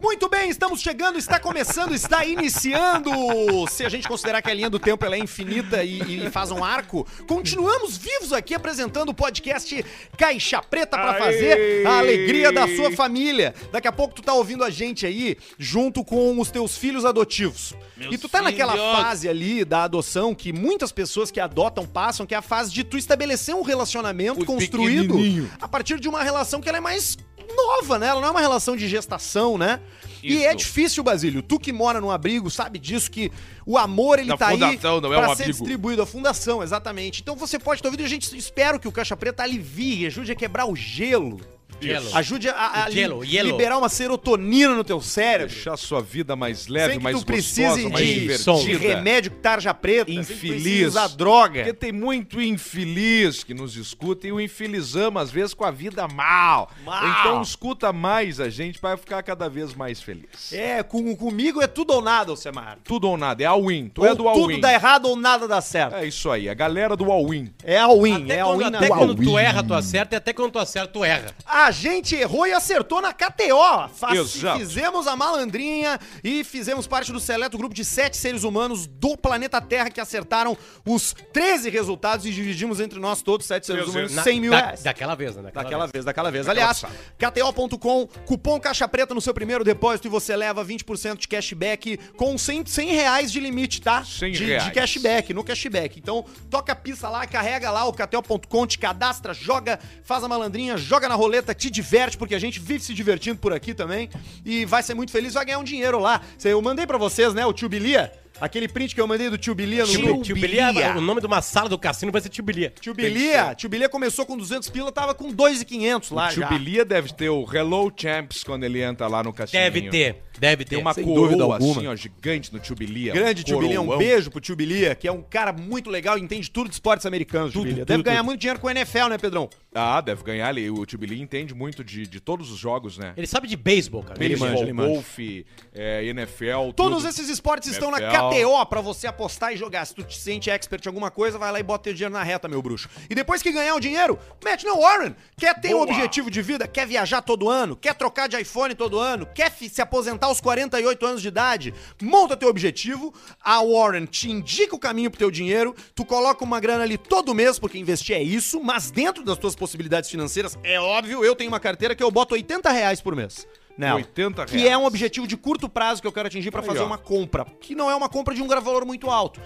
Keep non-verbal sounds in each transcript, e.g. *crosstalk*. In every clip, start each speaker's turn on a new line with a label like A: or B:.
A: Muito bem, estamos chegando, está começando, está iniciando. Se a gente considerar que a linha do tempo ela é infinita e, e faz um arco, continuamos vivos aqui apresentando o podcast Caixa Preta para fazer a alegria da sua família. Daqui a pouco tu tá ouvindo a gente aí junto com os teus filhos adotivos.
B: Meus
A: e tu tá naquela
B: filhos.
A: fase ali da adoção que muitas pessoas que adotam passam, que é a fase de tu estabelecer um relacionamento
B: O
A: construído
B: pequenininho.
A: a partir de uma relação que ela é mais nova, né? Ela não é uma relação de gestação, né? E
B: Isso.
A: é difícil, Basílio. Tu que mora num abrigo sabe disso que o amor ele
B: Da
A: tá
B: fundação,
A: aí
B: não é
A: pra
B: um
A: ser
B: abrigo.
A: distribuído a fundação, exatamente. Então você pode estar ouvindo e a gente espera que o Caixa Preta alivie, ajude a quebrar o gelo.
C: Gelo.
A: Ajude a, a- a li-
C: Gelo, gelo.
A: liberar uma serotonina no teu cérebro.
B: Deixar sua vida mais leve,
A: sem que
B: mais
A: tu precise
B: gostosa, mais
A: de,
B: divertida.
A: de remédio que tarja preta, sem que tu
B: Infeliz.
A: precise usar droga.
B: Porque tem muito infeliz que nos escuta e o infelizamos às vezes com a vida mal.
A: Mal.
B: Então escuta mais a gente para ficar cada vez mais feliz.
A: É, com, comigo é tudo ou nada, Alcemar.
B: Tudo ou nada, é all-in. Tu
A: ou
B: é do all-in.
A: tudo dá errado ou nada dá certo.
B: É isso aí, a galera do all-in.
A: É all-in,
C: Até
A: é
C: quando,
A: all-in na
C: até
A: all-in.
C: quando tu erra, tu acerta, e até quando tu acerta, tu erra.
A: A gente errou e acertou na KTO. Faz-
B: Exato.
A: Fizemos a malandrinha e fizemos parte do seleto grupo de sete seres humanos do planeta Terra que acertaram os 13 resultados e dividimos entre nós todos, sete seres
B: Meu
A: humanos,
C: Na-
A: 100 mil
C: da-
A: reais.
C: Daquela vez, né? Daquela,
A: Daquela
C: vez.
A: vez, daquela vez. Aliás, KTO.com, cupom caixa preta no seu primeiro depósito e você leva 20% de cashback com 100, 100 reais de limite, tá?
B: 100
A: de,
B: reais.
A: de cashback, no cashback. Então, toca a pista lá, carrega lá o KTO.com, te cadastra, joga, faz a malandrinha, joga na roleta, te diverte, porque a gente vive se divertindo por aqui também. E vai ser muito feliz, vai ganhar um dinheiro lá. Cê- Eu mandei pra vocês, né, o tio Bilia, aquele print que eu mandei do tio Bilia no
C: Tio,
A: grupo.
C: tio Bilia, o nome de uma sala do cassino vai ser Tio Bilia.
A: Tio é Bilia, tio Bilia começou com 200 pila, tava com 2,500 lá Ah, já.
B: Jubilia deve ter o Hello Champs quando ele entra lá no cassino.
C: Deve ter, deve ter.
B: Tem uma
A: Sem dúvida
B: coroa
A: alguma.
B: assim, ó, gigante no Jubilia.
A: Grande tio Bilia, um
B: Coroão.
A: beijo pro tio Bilia, que é um cara muito legal, entende tudo de esportes americanos, tio
C: Tudo,
A: Bilia.
C: tudo,
A: Deve ganhar
C: tudo.
A: muito dinheiro com o NFL, né, Pedrão?
B: Ah, deve ganhar ali. O Jubilee entende muito de, de todos os jogos, né?
C: Ele sabe de beisebol, cara.
A: Ele
B: Beisebol,
A: manja, ele manja.
B: golfe, é, NFL,
A: Todos
B: tudo.
A: esses esportes estão na
B: NFL.
A: KTO pra você apostar e jogar. Se tu te sente expert em alguma coisa, vai lá e bota teu dinheiro na reta, meu bruxo. E depois que ganhar o dinheiro, mete na Warren. Quer ter um
B: Boa.
A: objetivo de vida? Quer viajar todo ano? Quer trocar de iPhone todo ano? Quer fi- se aposentar aos 48 anos de idade? Monta teu objetivo, a Warren te indica o caminho pro teu dinheiro, tu coloca uma grana ali todo mês, porque investir é isso, mas dentro das tuas possibilidades financeiras, é óbvio, eu tenho uma carteira que eu boto 80 reais por mês. Nela.
B: 80
A: Que
B: reais.
A: é um objetivo de curto prazo que eu quero atingir pra
B: Aí,
A: fazer
B: ó.
A: uma compra, que não é uma compra de um valor muito alto.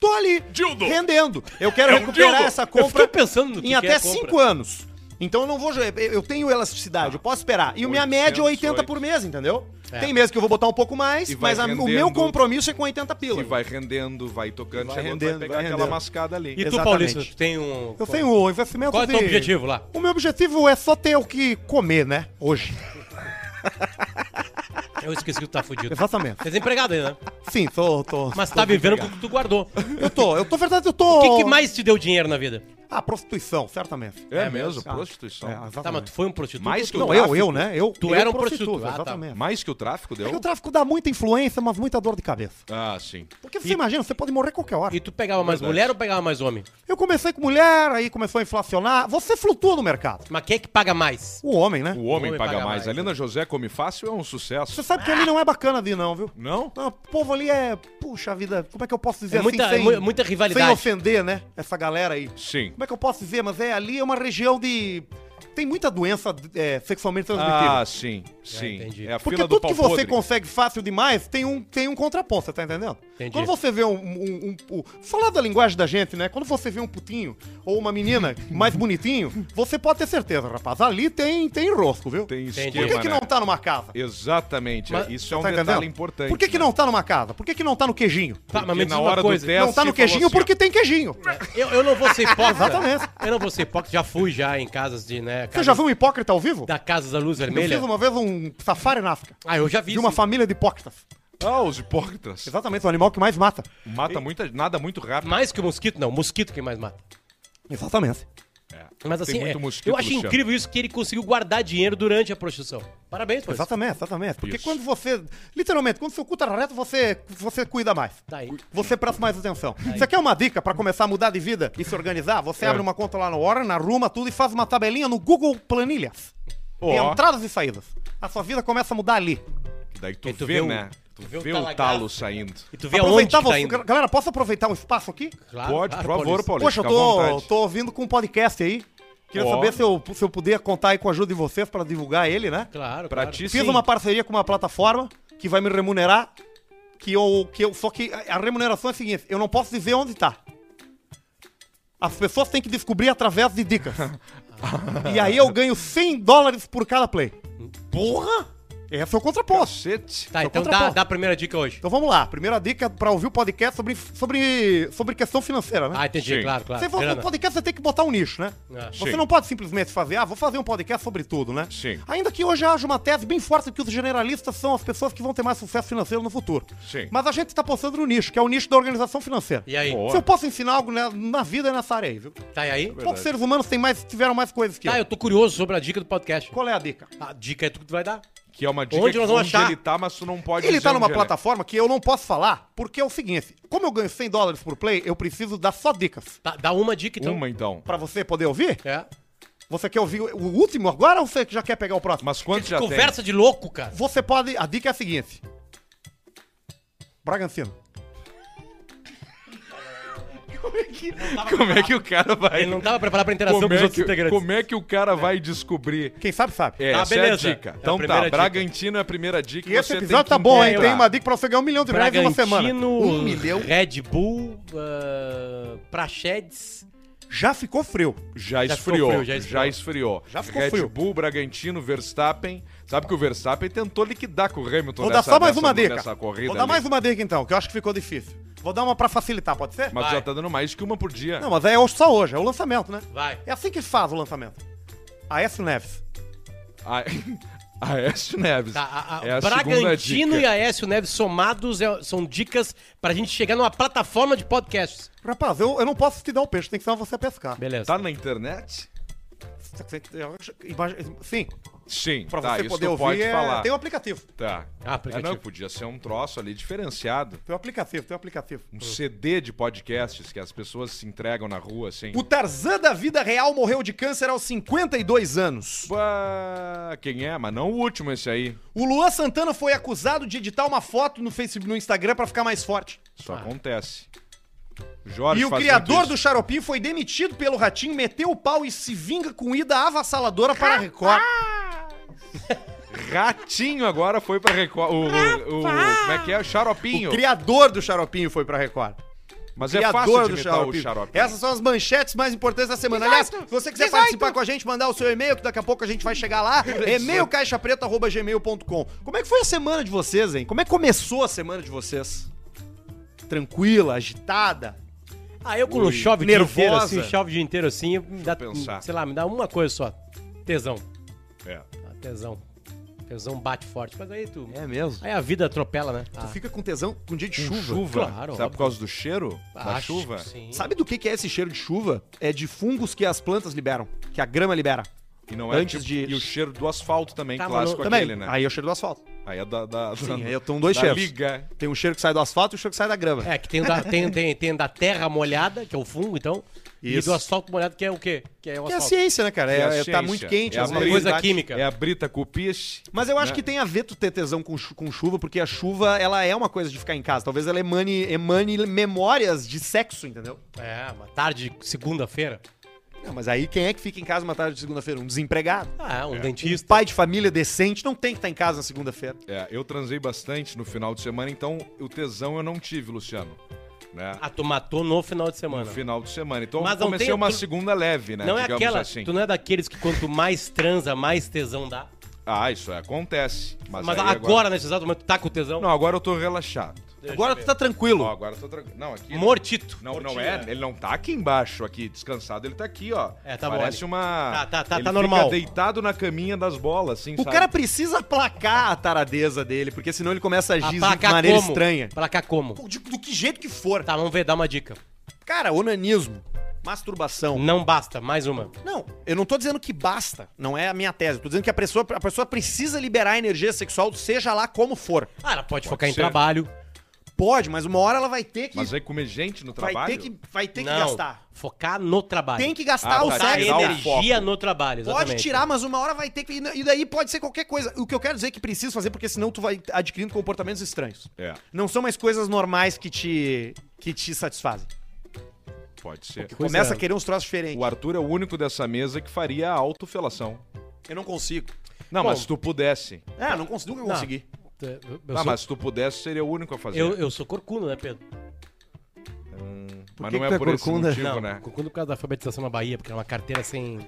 A: Tô ali,
B: Dildo.
A: rendendo. Eu quero
B: É um
A: recuperar
B: dildo.
A: essa
C: Eu
A: compra
C: fiquei pensando no que
A: em
C: que
A: até
C: é compra.
A: 5 anos. Então eu não vou. jo- eu- Eu tenho elasticidade, eu posso esperar. E a minha
B: 808.
A: média é 80 por mês, entendeu?
C: É.
A: Tem mês que eu vou botar um pouco mais,
B: E vai
A: mas a- o
B: rendendo.
A: meu compromisso é com 80 pila.
B: E vai rendendo, vai tocando,
A: Vai
B: chegando,
A: rendendo,
B: vai pegar
A: vai
B: aquela
A: rendendo.
B: mascada ali.
C: E tu,
A: Exatamente.
C: Paulista, tu tem um...
A: Eu tenho o investimento
C: Qual é o teu
A: de-
C: objetivo lá?
A: O meu objetivo é só ter o que comer, né? Hoje.
C: Eu esqueci que tu tá fudido.
A: Exatamente.
C: Tá *laughs* desempregado ainda, né?
A: Sim, tô. tô
C: Mas tá vivendo com o que tu guardou.
A: Eu tô, eu tô, verdade, eu tô.
C: O que, que mais te deu dinheiro na vida?
A: Ah, prostituição, certamente.
B: É, mesmo,
A: Ah,
B: prostituição.
A: é, exatamente.
C: Tá, mas tu foi um prostituto?
B: Mais que o
A: Não, eu,
B: tráfico.
A: eu, né? Eu,
C: Tu
A: eu
C: era um
A: prostituto,
C: prostituto, ah, tá.
A: exatamente.
B: Mais que o tráfico
A: É
B: deu?
A: que o tráfico dá muita influência, mas muita dor de cabeça.
B: Ah, sim.
A: Porque você imagina, você pode morrer qualquer hora.
C: E tu pegava mais
B: Verdade.
C: mulher ou pegava mais homem?
A: Eu comecei com mulher, aí começou a inflacionar. Você flutua no mercado.
C: Mas quem é que paga mais?
A: O homem, né?
B: O homem,
C: homem
B: paga,
C: paga
B: mais.
C: mais.
B: A Helena José come fácil é um sucesso.
A: Você sabe que ali não é bacana de ir, não, viu?
B: Não?
A: Não, o povo ali é. Puxa vida, como é que eu posso dizer
C: É
A: assim?
C: muita-
A: sem-
C: é mu- muita rivalidade.
A: Sem ofender, né? Essa galera aí.
B: Sim.
A: Como é que eu posso dizer? Mas é ali é uma região de. Tem muita doença é, sexualmente transmitida.
B: Ah, sim, sim.
C: entendi.
B: É a
A: Porque
B: fila
A: tudo
B: do
A: que
B: pau
A: você
B: podre.
A: consegue fácil demais tem um, tem um contraponto, você tá entendendo?
C: Entendi.
A: Quando você vê um, um, um- um- Falar da linguagem da gente, né? Quando você vê um putinho ou uma
B: *laughs*
A: menina mais bonitinho, você pode ter certeza, rapaz. Ali tem, tem rosco, viu?
B: Tem
C: Entendi.
B: esquema,
A: Por que, que
B: né?
A: não tá numa casa?
B: Exatamente.
C: Mas-
B: Isso é um
A: Tá
B: detalhe
A: entendendo?
B: importante.
A: Por que, que
B: né?
A: não tá numa casa? Por que, que não tá no queijinho?
C: Tá, mas
B: Porque
C: me diz
B: na
C: uma
B: hora
C: coisa.
B: do teste-
A: Não tá no
B: Você falou
A: queijinho
B: assim, ó.
A: porque tem queijinho.
C: Eu, eu não vou ser hipócrita.
A: Exatamente.
C: Eu não vou ser hipócrita, já fui já em casas de, né?
A: Você
C: casas
A: já viu um hipócrita ao vivo?
C: Da Casa da Luz
A: Eu
C: Vermelha.
A: fiz uma vez um safari na África.
C: Ah, eu já vi.
A: De uma
C: sim.
A: família de hipócritas.
B: Ah, os hipócritas.
A: Exatamente, o animal que mais mata.
B: Mata muita, nada muito rápido.
C: Mais que o mosquito, não. Mosquito quem mais mata.
A: Exatamente.
B: É.
C: Mas assim,
B: Tem muito
C: é,
B: mosquito,
C: eu acho
B: Luciano.
C: incrível isso que ele conseguiu guardar dinheiro durante a prostituição. Parabéns, pois.
A: Exatamente, exatamente. Porque
B: Isso.
A: quando você. Literalmente, quando seu cu tá reto, você, você cuida mais.
C: Tá aí.
A: Você presta mais atenção. Você quer uma dica pra começar a mudar de vida e se organizar? Você
C: É.
A: abre uma conta lá no Warren, arruma tudo e faz uma tabelinha no Google Planilhas.
B: Ó.
A: Tem entradas e saídas. A sua vida começa a mudar ali.
B: Que daí tu,
C: Aí tu
B: vê,
C: vê o-
B: né? Tu, vê, o
C: talagaço.
B: talo saindo.
C: E tu vê aonde
A: aproveitar
C: que tá
A: vo-
C: indo.
A: Galera, posso aproveitar um espaço aqui?
C: Claro,
B: Pode,
C: claro,
B: por favor,
C: Paulista.
B: Paulo.
A: Poxa, eu
B: fica à
A: tô,
B: vontade.
A: tô ouvindo com um podcast aí. Queria
B: Ó.
A: saber se eu, se eu puder contar aí com a ajuda de vocês pra divulgar ele, né?
C: Claro,
B: Pra
C: claro.
B: ti,
A: Fiz
B: sim.
A: uma parceria com uma plataforma que vai me remunerar. Que eu, que eu. Só que a a remuneração é a seguinte: eu não posso dizer onde tá. As pessoas têm que descobrir através de dicas. e aí eu ganho 100 dólares por cada play. Porra! Esse é o contraposto.
B: Cacete.
C: Tá,
A: Só
C: então
A: contraponto.
C: dá, dá a primeira dica hoje.
A: Então vamos lá. Primeira dica pra ouvir o podcast sobre, sobre, sobre questão financeira, né?
C: Ah, entendi,
B: Sim.
C: claro, claro.
A: Você for um
C: Grana.
A: podcast, você tem que botar um nicho, né?
C: Ah,
A: você
B: sim.
A: não pode simplesmente fazer, ah, vou fazer um podcast sobre tudo, né?
B: Sim.
A: Ainda que hoje haja uma tese bem forte que os generalistas são as pessoas que vão ter mais sucesso financeiro no futuro.
B: Sim.
A: Mas a gente tá postando no nicho, que é o nicho da organização financeira.
C: E aí?
B: Boa.
A: Se eu posso ensinar algo né, na vida, é nessa área aí, viu?
C: Tá e aí?
A: Poucos seres humanos têm mais, tiveram mais coisas que
C: Tá,
A: eu.
C: eu tô curioso sobre a dica do podcast.
A: Qual é a dica?
C: A dica é tu que tu vai dar.
B: Que é uma dica
C: Onde
B: que
C: nós vamos achar?
B: ele tá, mas tu não pode
A: Ele
B: dizer
A: tá numa
B: onde ele é.
A: plataforma que eu não posso falar, porque é o seguinte, como eu ganho 100 dólares por play, eu preciso dar só dicas.
C: Tá, dá uma dica então.
B: Uma, então.
A: Pra você poder ouvir?
C: É.
A: Você quer ouvir o último agora ou você já quer pegar o próximo?
B: Mas quantos já tem?
C: Conversa de louco, cara.
A: Você pode. A dica é a seguinte: Bragantino.
B: *laughs* Como é que o cara vai...
C: Ele não tava preparado pra interação
B: Como
C: com os
B: é,
C: outros
B: que,
C: integrantes.
B: como é que o cara vai descobrir?
A: Quem sabe, sabe.
B: É,
C: Tá,
B: essa
C: beleza.
B: é a dica.
C: É a
B: Então tá,
C: primeira dica.
B: Bragantino é a primeira dica.
A: e esse
B: você tem
A: episódio
B: que
A: tá bom, hein?
B: encontrar.
A: Tem uma dica pra você ganhar um milhão de reais em uma semana.
C: Bragantino, Red Bull, ah, Praxedes.
A: Já ficou frio.
B: Já
C: Já ficou
B: esfriou,
C: frio, já esfriou.
B: já esfriou.
A: Já ficou
B: Red
A: frio.
B: Bull, Bragantino, Verstappen. Sabe que o Verstappen tentou liquidar com o Hamilton
A: Vou dar
B: nessa-
A: só mais
B: nessa-
A: uma dica.
B: nessa corrida
A: Vou dar
B: ali.
A: mais uma dica então, que eu acho que ficou difícil. Vou dar uma pra facilitar, pode ser?
B: Mas
C: Vai.
B: já tá dando mais que uma por dia.
A: Não, mas é hoje- só hoje, é o lançamento, né?
C: Vai.
A: É assim que faz o lançamento. A S Neves.
B: A... *laughs* Aécio Neves.
C: Tá, a- a-
B: é a segunda dica.
C: Bragantino e Aécio Neves somados é- são dicas pra gente chegar numa plataforma de podcasts.
A: Rapaz, eu, eu não posso te dar o peixe, tem que ser você a pescar.
C: Beleza.
B: Tá na internet?
A: Imagina- Sim,
B: Sim,
A: pra
B: tá,
A: você
B: isso
A: poder
B: tu
A: ouvir,
B: pode
A: é-
B: falar.
A: tem um aplicativo.
B: Tá.
C: Ah, aplicativo.
B: É, não, podia ser um troço ali diferenciado.
A: Tem um aplicativo, tem um aplicativo.
C: Hum.
B: Um CD de podcasts que as pessoas se entregam na rua, assim.
A: O Tarzan da vida real morreu de câncer aos 52 anos.
B: Pá, Quem é? Mas não o último esse aí.
A: O Luan Santana foi acusado de editar uma foto no Facebook, no Instagram pra ficar mais forte.
B: Isso
C: Ah.
B: acontece. Jorge
A: e o
B: fazendo
A: criador
B: isso.
A: do Xaropim foi demitido pelo Ratinho, meteu o pau e se vinga com ida avassaladora para a Record.
B: Ratinho agora foi pra Record. O, o- como é que é? O Xaropinho.
A: O criador do Xaropinho foi pra Record.
B: Mas é fácil
A: Criador
B: de
A: do
B: imitar o né?
A: Xaropinho.
B: Xaropinho.
A: Essas são as manchetes mais importantes da semana. Aliás, se você quiser participar com a gente, mandar o seu e-mail, que daqui a pouco a gente vai chegar
B: *laughs*
A: lá. E-mail caixapreta.gmail.com. Como é que foi a semana de vocês, hein? Como é que começou a semana de vocês? Tranquila, agitada?
C: Ah, eu quando
B: Ui,
C: chove o
A: nervosa.
C: dia inteiro assim, chove o dia inteiro assim, me dá,
B: pensar.
C: sei lá, me dá uma coisa só. Tesão.
B: É.
C: Ah, tesão. Tesão bate forte. Mas aí tu.
A: mesmo?
C: Aí a vida atropela, né? Ah,
A: Tu fica com tesão com dia de chuva.
B: Chuva. Sabe
C: Claro, óbvio.
B: por causa do cheiro? da
C: acho
B: chuva?
C: que Sim.
A: Sabe do que que é esse cheiro de chuva? É de fungos que as plantas liberam, que a grama libera.
B: E não é
A: Antes
B: tipo,
A: de-
B: E o cheiro do asfalto também,
C: Tá, mas
B: clássico
C: não-
A: Também.
B: aquele, né?
A: Aí é o cheiro do asfalto.
B: Aí é da. da
A: Sim,
B: da,
A: aí eu tenho dois
B: da
A: cheiros.
B: Liga.
A: Tem um cheiro que sai do asfalto e um cheiro que sai da grama.
C: É, que tem o da, tem, tem, tem da terra molhada, que é o fungo, então.
A: Isso.
C: E do asfalto molhado, que é o quê? Que é o
A: Que é a
C: asfalto.
A: ciência, né, cara? É,
B: É a
A: é-
B: ciência.
A: tá muito quente.
B: É
A: as
B: a
C: uma coisa
A: probabilidades-
C: química.
B: É a Brita com o piche.
A: Mas eu acho
B: né?
A: que tem a ver tu ter tesão com, chu- com chuva, porque a chuva, ela é uma coisa de ficar em casa. Talvez ela emane, emane memórias de sexo, entendeu?
C: É, uma tarde, de segunda-feira.
A: Não, mas aí quem é que fica em casa uma tarde de segunda-feira? Um desempregado.
C: Ah, um
A: Um
C: dentista.
A: pai de família decente não tem que estar em casa na segunda-feira.
B: É, eu transei bastante no final de semana, então o tesão eu não tive, Luciano. Né?
C: Ah, tu matou no final de semana.
B: No final de semana. Então
C: Mas
B: eu
C: não
B: comecei
C: tem-
B: uma
C: tu-
B: segunda leve, né?
C: Não é
B: digamos
C: aquela.
B: assim.
C: Tu não é daqueles que quanto mais transa, mais tesão dá.
B: Ah, isso é, acontece. Mas,
C: Mas,
B: aí
C: agora, nesse exato momento, tá com tesão.
B: Não, agora eu tô relaxado.
C: Deixa
A: Agora
C: eu ver.
A: tu tá tranquilo.
B: Ó, agora eu tô tranquilo. Não, aqui.
C: Mortito.
B: Não, não
C: Mortito,
B: é. Ele não tá aqui embaixo, aqui, descansado. Ele tá aqui, ó.
C: É, tá bom,
B: Parece
C: ali.
B: uma.
C: Tá, tá, tá,
B: ele
C: tá
B: fica
C: normal.
B: deitado na caminha das bolas, assim,
A: O
B: sabe?
A: cara precisa aplacar a taradeza dele, porque senão ele começa a agir de
C: Aplacar
A: maneira
C: Ah, como?
A: estranha.
C: Aplacar como?
A: De- do que jeito que for.
C: Tá, vamos ver, dá uma dica.
A: Cara, onanismo, masturbação.
C: Não basta, mais uma.
A: Não, eu não tô dizendo que basta, não é a minha tese. Eu tô dizendo que a pessoa, a pessoa precisa liberar a energia sexual, seja lá como for.
C: Ah, ela pode, focar em
B: ser.
C: trabalho,
D: Pode, mas uma hora ela vai ter que.
A: é
B: Mas vai comer gente no
D: vai,
B: trabalho?
D: ter que vai ter que
C: Não,
D: gastar.
C: Focar no trabalho.
D: Tem que gastar
B: Ah,
D: o
B: tá,
D: saco.
B: tirar
C: Focar
B: o
C: é energia
B: foco.
C: no trabalho, exatamente.
D: Pode tirar, mas uma hora vai ter que. E daí pode ser qualquer coisa. O que eu quero dizer é que precisa fazer, porque senão tu vai adquirindo comportamentos estranhos.
B: É,
D: Não são mais coisas normais que te, que te satisfazem.
B: pode ser.
C: Pois
D: Começa
C: é.
D: a querer uns troços diferentes.
B: O Arthur é o único dessa mesa que faria a autofelação.
D: Eu não consigo.
B: Não,
C: Bom,
B: mas se tu pudesse.
D: É, não consigo nunca
C: Não.
D: conseguir.
C: É, Eu, eu
B: ah,
C: sou,
B: mas se tu pudesse, seria o único a fazer.
C: eu, eu sou corcuno, né, Pedro?
B: mas
A: que que
B: não
A: tu
B: é
A: é
B: por esse
A: corcunda?
B: motivo,
C: não,
B: né?
C: corcuno por causa da alfabetização na Bahia, porque era uma carteira sem...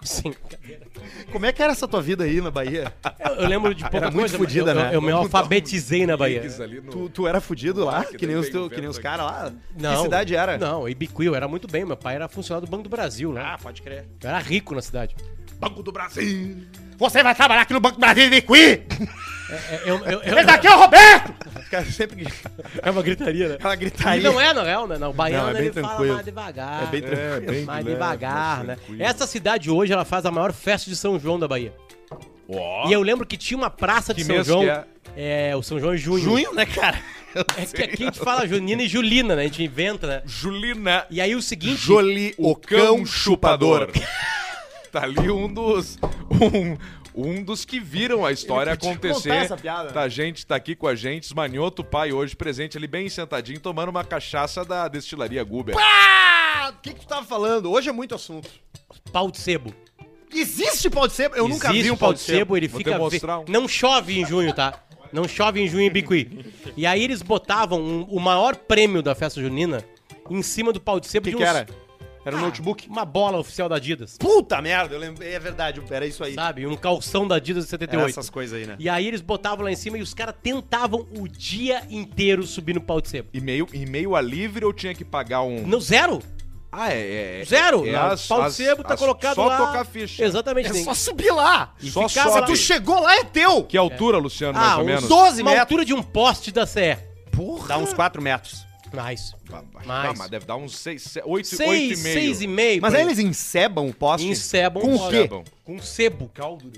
C: sem cadeira.
A: Como é que era essa tua vida aí na Bahia?
C: Eu, eu lembro de pouca
A: Era muito
C: coisa, mas
A: fodida,
C: eu, eu-
A: né?
C: eu me alfabetizei na Bahia.
B: Isso ali no-
A: tu, tu era fudido lá?
B: que
A: Que, nem
B: daí
A: os,
B: pega o
A: teu- que nem
B: vento
A: os
B: aqui.
A: caras lá?
C: Não,
A: Que cidade era?
C: Não, Ibiquil, era muito bem. Meu pai era funcionário do Banco do Brasil, né?
D: Ah, pode crer.
C: Eu era rico na cidade.
B: Banco do Brasil!
D: Você vai trabalhar aqui no Banco do Brasil de Cuí!
C: É, eu- eu- eu-
D: Esse
B: *laughs*
D: daqui é o Roberto!
A: Os caras sempre *laughs*
C: é uma gritaria, né?
A: aquela
C: E
A: gritaria.
C: não é, na real, né? Não, o baiano
A: Não, é bem
C: ele fala
A: tranquilo.
C: mais devagar.
A: É bem
B: É, bem
C: mais
B: leve,
C: devagar,
B: mais
C: né?
B: tranquilo.
C: Essa cidade hoje, ela faz a maior festa de São João da Bahia.
B: Ó,
C: E eu lembro que tinha uma praça de
B: Que
C: São
B: mês
C: João.
B: que
C: É... o São João é junho.
A: Junho, né, cara?
C: *laughs* É que aqui a gente fala junina e julina, né? A gente inventa, né?
B: Julina
C: E aí o seguinte...
B: Jolie, o
A: cão chupador.
B: *laughs* tá ali um dos. Um, um dos que viram a história
A: Eu tinha que
B: acontecer.
A: contar essa piada, né?
B: Tá, gente tá aqui com a gente, esmanhoto pai hoje presente ali bem sentadinho tomando uma cachaça da destilaria Guber.
A: Ah, o que, que tu tava falando? Hoje é muito assunto.
C: Pau de sebo.
A: Existe pau de sebo? Eu nunca vi
C: Existe
A: um pau de sebo.
C: ele
B: Vou
C: fica.
B: te mostrar
C: ve-
B: um.
C: Não chove em junho, tá? Não chove em junho em Bicuí. E aí eles botavam um- o maior prêmio da festa junina em cima do pau de sebo
A: O que,
C: de
A: que
C: uns-
A: era?
C: Ah!
A: Era um notebook?
C: uma bola oficial da Adidas,
A: Puta merda, eu lembrei. É verdade, era isso aí.
C: sabe? Um calção da Adidas de
A: Era
C: 78.
A: essas coisas aí, né?
C: E aí eles botavam lá em cima e os caras tentavam o dia inteiro subir no pau de sebo.
B: E meio, e meio a livre eu tinha que pagar um.
C: Não, zero!
B: Ah, é. é-
C: Zero!
B: é
C: Não,
B: as-
C: pau de
B: as-
C: sebo tá
B: as-
C: colocado
B: só
C: lá.
B: tocar a ficha.
C: Exatamente.
A: É
C: nem-
A: só subir lá.
C: E
B: só
C: ficava
B: sobe.
C: lá.
A: Tu chegou lá, é teu.
B: Que altura, Luciano, mais
C: Ah,
B: ou
C: uns
B: menos?
A: 12
C: Uma
A: metros.
C: altura de um poste da CE.
A: Porra.
D: Dá uns 4 metros.
C: Nice.
B: Ba- ba-
C: Mais.
B: Ah, mas deve dar uns 6, 8, 8 e
C: Seis, seis
B: meio. Tá
C: e meio.
A: Mas
C: por
A: aí
C: aí.
A: eles encebam o poste?
C: Encebam
A: Com
C: o
A: o quê?
B: Encebam.
C: Com sebo. Caldo.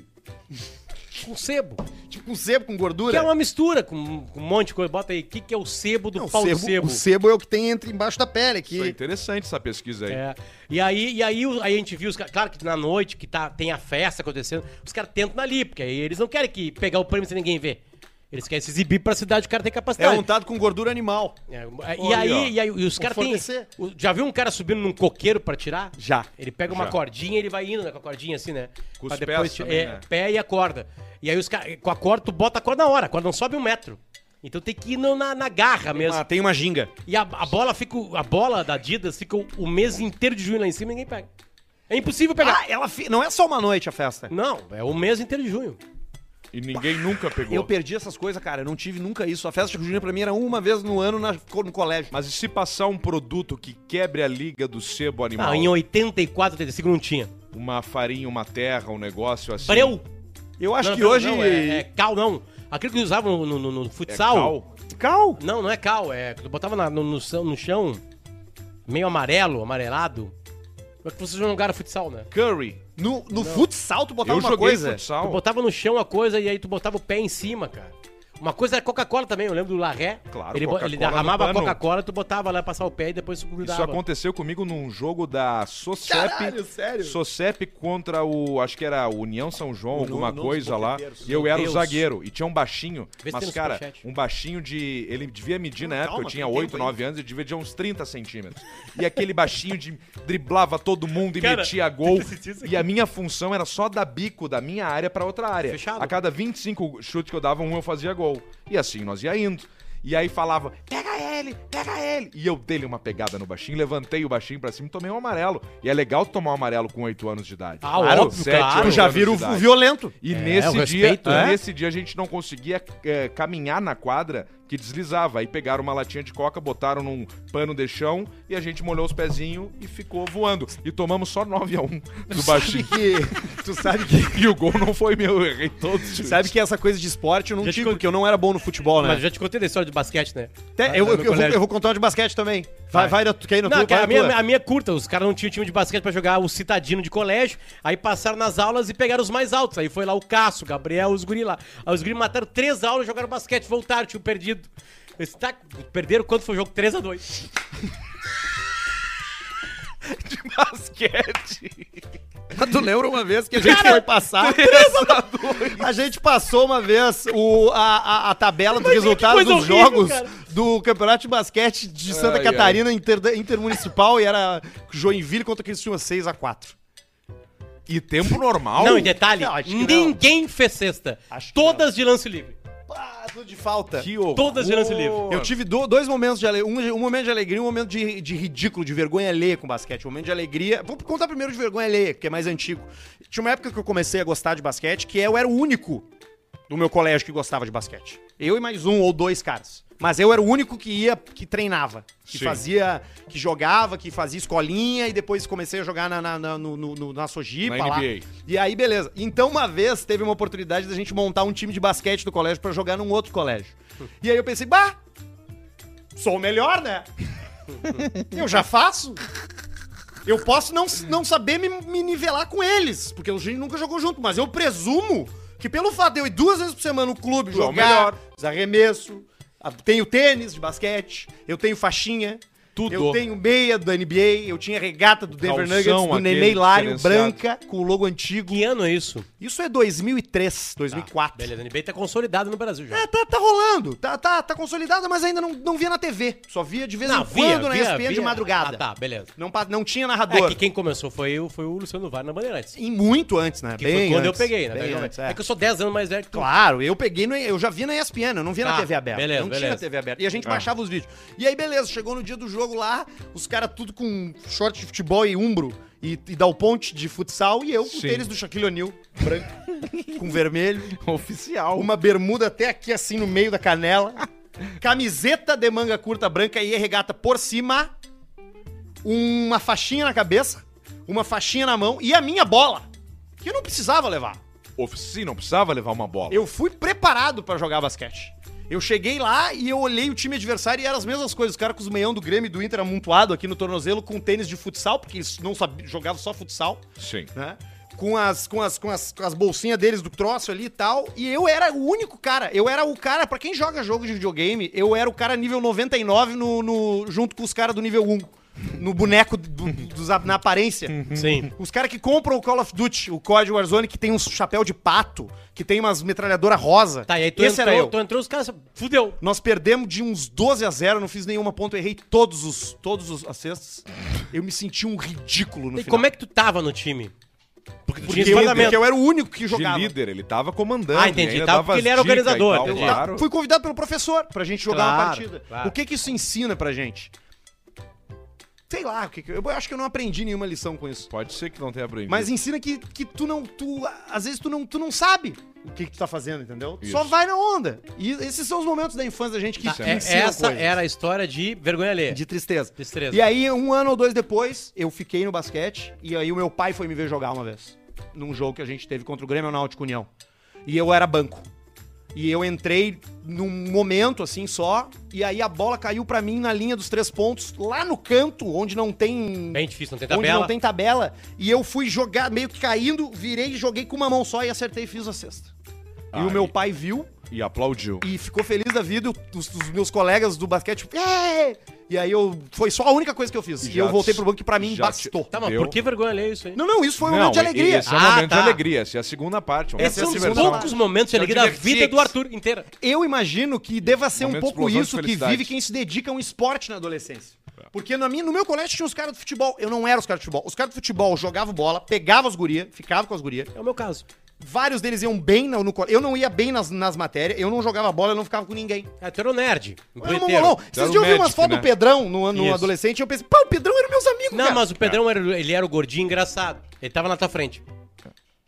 C: Com sebo.
A: Tipo com sebo, com gordura?
C: Que é uma mistura com, com um monte de coisa. Bota aí, o que, que é o sebo do
A: Não,
C: pau
A: sebo,
C: de sebo?
A: O sebo é o que tem entre embaixo da pele aqui.
B: Isso é interessante essa pesquisa aí.
C: É. E aí, e aí, o- aí a gente viu, os, ca- claro que na noite que tá, tem a festa acontecendo, os caras tentam ali, porque aí eles não querem que pegar o prêmio sem ninguém ver. Eles querem se exibir pra cidade, o cara tem
D: É
B: um
C: capacidade.
D: untado com gordura animal.
C: É, e,
B: Olha aí, ó.
C: aí, e aí, e os
A: Vou
C: caras têm.
A: fornecer.
C: o- Já viu um cara subindo num coqueiro pra tirar?
D: Já.
C: Ele pega uma
B: Já.
C: cordinha e ele vai indo né, com a cordinha assim, né?
B: Com
C: Pra
B: os pés
C: ti-
B: também,
C: é,
B: né?
C: pé e a corda. E aí os caras. Com a corda, tu bota a corda na hora, a corda não sobe um metro. Então tem que ir no- na, na garra mesmo.
D: Ah, tem uma ginga.
C: E a, a bola fica. o- A bola da Adidas fica o, o mês inteiro de junho lá em cima e ninguém pega. É impossível pegar.
D: Ah, ela fi- não é só uma noite a festa.
C: Não, é o mês inteiro de junho.
B: E ninguém nunca pegou.
D: Eu perdi essas coisas, cara. Eu não tive nunca isso. A festa de junina pra mim era uma vez no ano na- no colégio.
B: Mas e se passar um produto que quebre a liga do sebo animal?
C: Não, Ah, em 84, 85 não tinha.
B: Uma farinha, uma terra, um negócio assim.
C: Breu.
D: Eu acho
C: Não,
D: que
C: não,
D: hoje.
C: Não, é, é cal, não. Aquilo que usavam no, no- no- no
B: É
C: futsal.
B: cal?
D: Cal?
C: não, não é cal. É que tu botava na- no, no chão- no chão, meio amarelo, amarelado. É que vocês jogaram futsal, né?
B: Curry.
D: No, no futsal, tu botava
B: Eu
D: uma
B: joguei
D: coisa.
B: futsal.
C: Tu botava no chão a coisa e aí tu botava o pé em cima, cara. Uma coisa era Coca-Cola também, eu lembro do Larré.
B: Claro,
C: ele, bo-
B: Coca-Cola
C: ele
B: no
C: derramava a
B: pano.
C: Coca-Cola, tu botava lá, passava o pé e depois grudava.
B: Isso aconteceu comigo num jogo da Socep.
A: Caralho, sério?
B: Socep contra o. Acho que era União São João, alguma
D: não,
B: coisa
D: os
B: lá.
D: boqueteiros. né?
B: E eu
C: Meu
B: era o
C: Deus.
B: zagueiro. E tinha um baixinho.
C: Vê se tem
B: mas,
C: no
B: cara,
C: superchat.
B: um baixinho de. Ele devia medir na
D: Não,
B: época,
D: calma,
B: eu tinha
D: tem
B: 8,
D: tempo
B: 9 anos, ele devia medir uns 30 centímetros. E aquele baixinho de driblava todo mundo e
C: Cara,
B: metia
C: *laughs*
B: gol.
C: assistiu isso aqui?
B: E a minha função era só dar bico da minha área pra outra área.
C: Fechado.
B: A cada 25 chutes que eu dava, um eu fazia gol. E assim nós ia indo. E aí falava, pega ele, pega ele. E eu dei uma pegada no baixinho, levantei o baixinho pra cima e tomei um amarelo. E é legal tu tomar um amarelo com 8 anos de idade.
C: Ah, óbvio,
B: sete,
C: claro.
B: oito
C: Tu
D: Tu já
B: anos
D: vira o,
B: de idade.
D: o violento.
B: E
C: É, o
B: nesse, dia, é,
C: respeito, né?
B: nesse dia a gente não conseguia é, caminhar na quadra que deslizava. Aí pegaram uma latinha de coca, botaram num pano de chão e a gente molhou os pezinhos e ficou voando. E tomamos só 9x1 do baixinho.
A: que, tu sabe que...
B: *laughs* E o gol não foi meu, eu errei todos. os chutes.
D: Sabe que essa coisa de esporte eu não
C: Já te
D: tive,
C: con-
D: porque eu não era bom no futebol, né?
C: Mas eu já te contei da história de basquete, né?
D: Até-
C: Lá-
D: eu,
C: lá
D: eu-
C: no
D: eu vou,
C: colégio.
D: eu vou contar o de basquete também. Vai, vai, na, tu quer ir na
C: Não,
D: tua?
C: cara,
D: Vai
C: a,
D: na
C: minha,
D: tua.
C: a minha é curta. Os caras não tinham time de basquete pra jogar o citadino de colégio. Aí passaram nas aulas e pegaram os mais altos. Aí foi lá o Cássio, o Gabriel, os guri lá. Aí os guri mataram três aulas, jogaram basquete, voltaram, tinham perdido. Eles tá, perderam quanto foi o jogo? 3x2.
B: de
D: *laughs*
B: basquete.
A: Tu lembra uma vez que a gente foi
C: *laughs*
A: passar? A gente passou uma vez o, a, a, a tabela dos
C: Mas, gente,
A: resultados
C: coisa
A: dos
C: horrível,
A: jogos
C: cara.
A: do Campeonato de Basquete de Santa
B: Ai,
A: Catarina inter- Intermunicipal e era Joinville contra Cristina 6x4.
B: E tempo normal.
C: não, e detalhe,
A: Não, acho que
C: ninguém fez cesta.
A: Acho que
C: Todas de lance livre.
A: Pá, Ah, tudo de falta.
B: Que horror.
C: Todas de lance livre.
A: Eu tive do- dois momentos de ale... um, um momento de alegria e um momento de, de ridículo, de vergonha alheia com basquete. Um momento de alegria. Vou contar primeiro de vergonha alheia, que é mais antigo. Tinha uma época que eu comecei a gostar de basquete, que é, eu era o único do meu colégio que gostava de basquete. Eu e mais um ou dois caras. Mas eu era o único que ia, que treinava, que
B: Sim.
A: fazia, que jogava, que fazia escolinha e depois comecei a jogar na, na, na, no, no- no- na Sojipa
B: Na
A: lá.
B: NBA.
A: E aí, beleza. Então, uma vez teve uma oportunidade da gente montar um time de basquete do colégio pra jogar num outro
B: *laughs*
A: colégio. E aí eu pensei, bah, sou o melhor, né? eu já faço. Eu posso não, não saber me, me nivelar com eles, porque a gente nunca jogou junto, mas eu presumo que pelo fato de eu ir duas vezes por semana no clube
B: Tu é o
A: jogar,
B: melhor.
A: os arremesso, a- tenho tênis de basquete, eu tenho faixinha,
B: Tudo.
A: eu tenho meia do NBA, eu tinha regata do Denver
B: Calção,
A: Nuggets, do
B: aquele
A: Nenê Hilário,
B: diferenciado.
A: branca, com o logo antigo.
C: Que ano é isso?
A: Isso é 2003, 2004.
C: Beleza, a NBA tá consolidada no Brasil já.
A: É, tá, tá rolando, tá, tá, tá consolidada, mas ainda não, não via na TV. Só via de vez em quando na ESPN de madrugada.
C: Ah, tá, beleza.
A: não, pa- não tinha
C: É
A: narrador.
C: que quem começou foi, o- foi o Luciano Vale na Bandeirantes.
A: E muito antes, né?
C: Que
A: Bem
C: foi quando
A: antes,
C: eu peguei, né?
A: bem
C: Bem
A: antes, é.
C: é. que eu sou 10 anos mais velho que tu.
A: Claro, eu peguei, no, eu já vi na ESPN, eu não via na
C: Tá,
A: TV aberta.
C: beleza,
A: não tinha
C: beleza.
A: na TV aberta. E a gente
B: Ah.
A: baixava os vídeos. E aí, beleza, chegou no dia do jogo lá, os caras tudo com short de futebol e umbro e, e dal ponte de futsal e eu com
B: Sim.
A: tênis do Shaquille O'Neal, branco, *laughs* com vermelho.
B: Oficial.
A: Uma bermuda até aqui, assim, no meio da canela. Camiseta de manga curta branca e regata por cima. Uma faixinha na cabeça. Uma faixinha na mão. E a minha bola. Que eu não precisava levar.
B: Ofici- não precisava levar uma bola.
A: Eu fui preparado pra jogar basquete. Eu cheguei lá e eu olhei o time adversário e eram as mesmas coisas. Os caras com os meião do Grêmio e do Inter amontoado aqui no tornozelo com tênis de futsal, porque eles não sabiam, jogavam só futsal
B: Sim.
A: né? Com as, com, as, com, as, com as bolsinhas deles do troço ali e tal. E eu era o único cara. Eu era o cara, pra quem joga jogo de videogame, eu era o cara nível 99 no, no, junto com os caras do nível 1. No boneco, do- dos- na aparência.
C: Sim.
A: Os caras que compram o Call of Duty, o COD Warzone, que tem um chapéu de pato, que tem umas metralhadora rosa.
C: Tá, e aí tu
A: Esse
C: entrou,
A: era eu.
C: tu entrou os caras, fudeu.
A: Nós perdemos de uns 12 a 0, não fiz nenhuma ponta, eu errei todos os todos os acestos. Eu me senti um ridículo no
C: E
A: final.
C: como é que tu tava no time? Porque tu
A: Porque
C: tinha
A: eu,
C: pagamento.
A: porque eu era o único que
B: De
A: jogava.
B: líder, ele tava comandando.
C: Ah, entendi.
B: e ainda
C: Tava
B: dava as
C: porque ele era
B: dicas e
C: organizador,
B: tal,
C: entendi.
B: claro.
A: Ah, Fui convidado pelo professor pra gente jogar uma
C: Claro,
A: partida.
C: claro.
A: O que que isso ensina pra gente? Sei lá, o que que- eu acho que eu não aprendi nenhuma lição com isso.
B: Pode ser que não tenha aprendido.
A: Mas ensina que, que tu não. Tu, às vezes tu não, tu não sabe o que, que tu tá fazendo, entendeu?
B: Isso.
A: Só vai na onda. E esses são os momentos da infância da gente que,
C: Tá,
A: que
C: é-
A: ensinam
C: essa
A: coisas.
C: era a história de vergonha alheia.
A: De tristeza.
C: É. Tristeza.
A: E aí, um ano ou dois depois, eu fiquei no basquete e aí o meu pai foi me ver jogar uma vez. Num jogo que a gente teve contra o Grêmio Náutico União. E eu era banco. E eu entrei num momento assim só, e aí a bola caiu pra mim na linha dos três pontos, lá no canto, onde não tem.
C: Bem É difícil, não tem
A: onde
C: tabela.
A: não tem tabela. E eu fui jogar, meio que caindo, virei, joguei com uma mão só e acertei e fiz a cesta. E o
B: Ai.
A: meu pai viu
B: E aplaudiu.
A: e ficou feliz da vida. e Os, os meus colegas do basquete. "É!" E aí eu. Foi só a única coisa que eu fiz. E,
B: Já
A: eu voltei
B: te-
A: pro banco que pra mim
B: já
A: bastou.
B: te-
C: Tá, mas
B: Deu.
C: por que vergonha alheia isso, hein?
A: Não, não, isso foi um momento de
B: e- e
A: alegria.
B: Esse é um
C: Ah,
B: momento
C: tá.
B: de alegria. Essa é a segunda parte. um momento
C: Esses são
B: de
C: os
B: diversão.
C: poucos momentos de
B: É o
C: alegria da
B: Divertix.
C: vida do Arthur inteira.
A: Eu imagino que deva ser um
B: Momento de
A: pouco
B: explosão de
A: isso que
B: felicidade.
A: vive quem se dedica a um esporte na adolescência. Porque na minha, no meu colégio tinha os caras do futebol. Eu não era os caras do futebol. Os caras do futebol jogavam bola, pegavam as gurias, ficavam com as gurias.
C: É o meu caso.
A: Vários deles iam bem no, no colégio. Eu não ia bem nas, nas matérias, eu não jogava bola, eu não ficava com ninguém.
C: É, tu era um nerd. um
A: Eu era um
C: punheteiro.
A: mongolão. Vocês
B: era
A: já
B: um
A: ouviram umas
B: médico,
A: fotos
B: né?
A: do Pedrão no, no
C: Isso.
A: adolescente? Eu pensei, pá, o Pedrão era meus amigos,
C: Não,
A: cara.
C: mas o Pedrão era, ele era o gordinho engraçado. Ele tava na tua frente.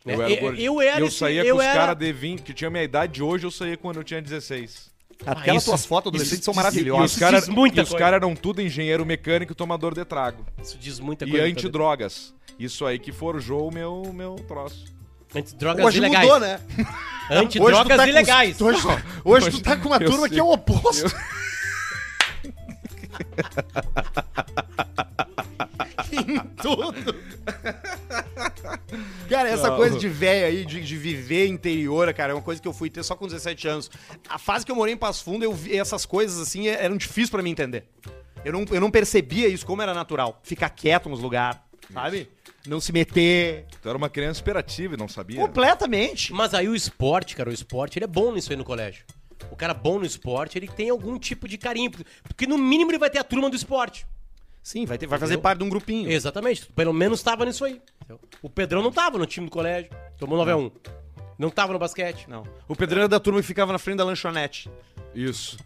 C: Né?
B: Eu era
C: E-
B: gordinho.
C: eu era
B: Eu
C: esse-
B: saía
C: eu
B: com os
C: era-
B: caras de 20, que tinha minha idade hoje, eu saía quando eu tinha 16.
A: Aquelas tuas fotos adolescentes são maravilhosas.
B: E os
C: Isso
B: caras
C: diz muita
B: e os
C: coisa.
B: caras eram tudo engenheiro mecânico e tomador de trago.
C: Isso diz muita
B: E
C: coisa.
B: antidrogas. Isso aí que forjou o meu, meu troço.
C: Antidrogas
A: Hoje
C: ilegais.
A: mudou, né? Hoje tu
C: Antidrogas
A: tá com-
C: ilegais.
A: Hoje,
C: *laughs*
A: hoje tu tá com uma
B: Eu
A: turma
B: sei.
A: que é o oposto. *laughs* em tudo. Cara, essa coisa de velho aí, de, de viver interior, cara, é uma coisa que eu fui ter só com 17 anos. A fase que eu morei em Passo Fundo, eu vi essas coisas assim, é- eram difíceis pra mim entender. Eu não, eu não percebia isso, como era natural. Ficar quieto nos lugares, sabe? Não se meter.
B: Tu era uma criança imperativa e não sabia.
A: Completamente.
C: Mas aí o esporte, cara, o esporte, ele é bom nisso aí no colégio. O cara bom no esporte, ele tem algum tipo de carinho. Porque no mínimo ele vai ter a turma do esporte.
A: Sim, vai, ter, vai fazer
C: Entendeu?
A: parte de um grupinho.
C: Exatamente. Pelo menos tava nisso aí. entendeu? O Pedrão não tava no time do colégio. Tomou 9x1. Não tava no basquete.
A: Não. O pedreiro era da turma que ficava na frente da lanchonete.
B: Isso.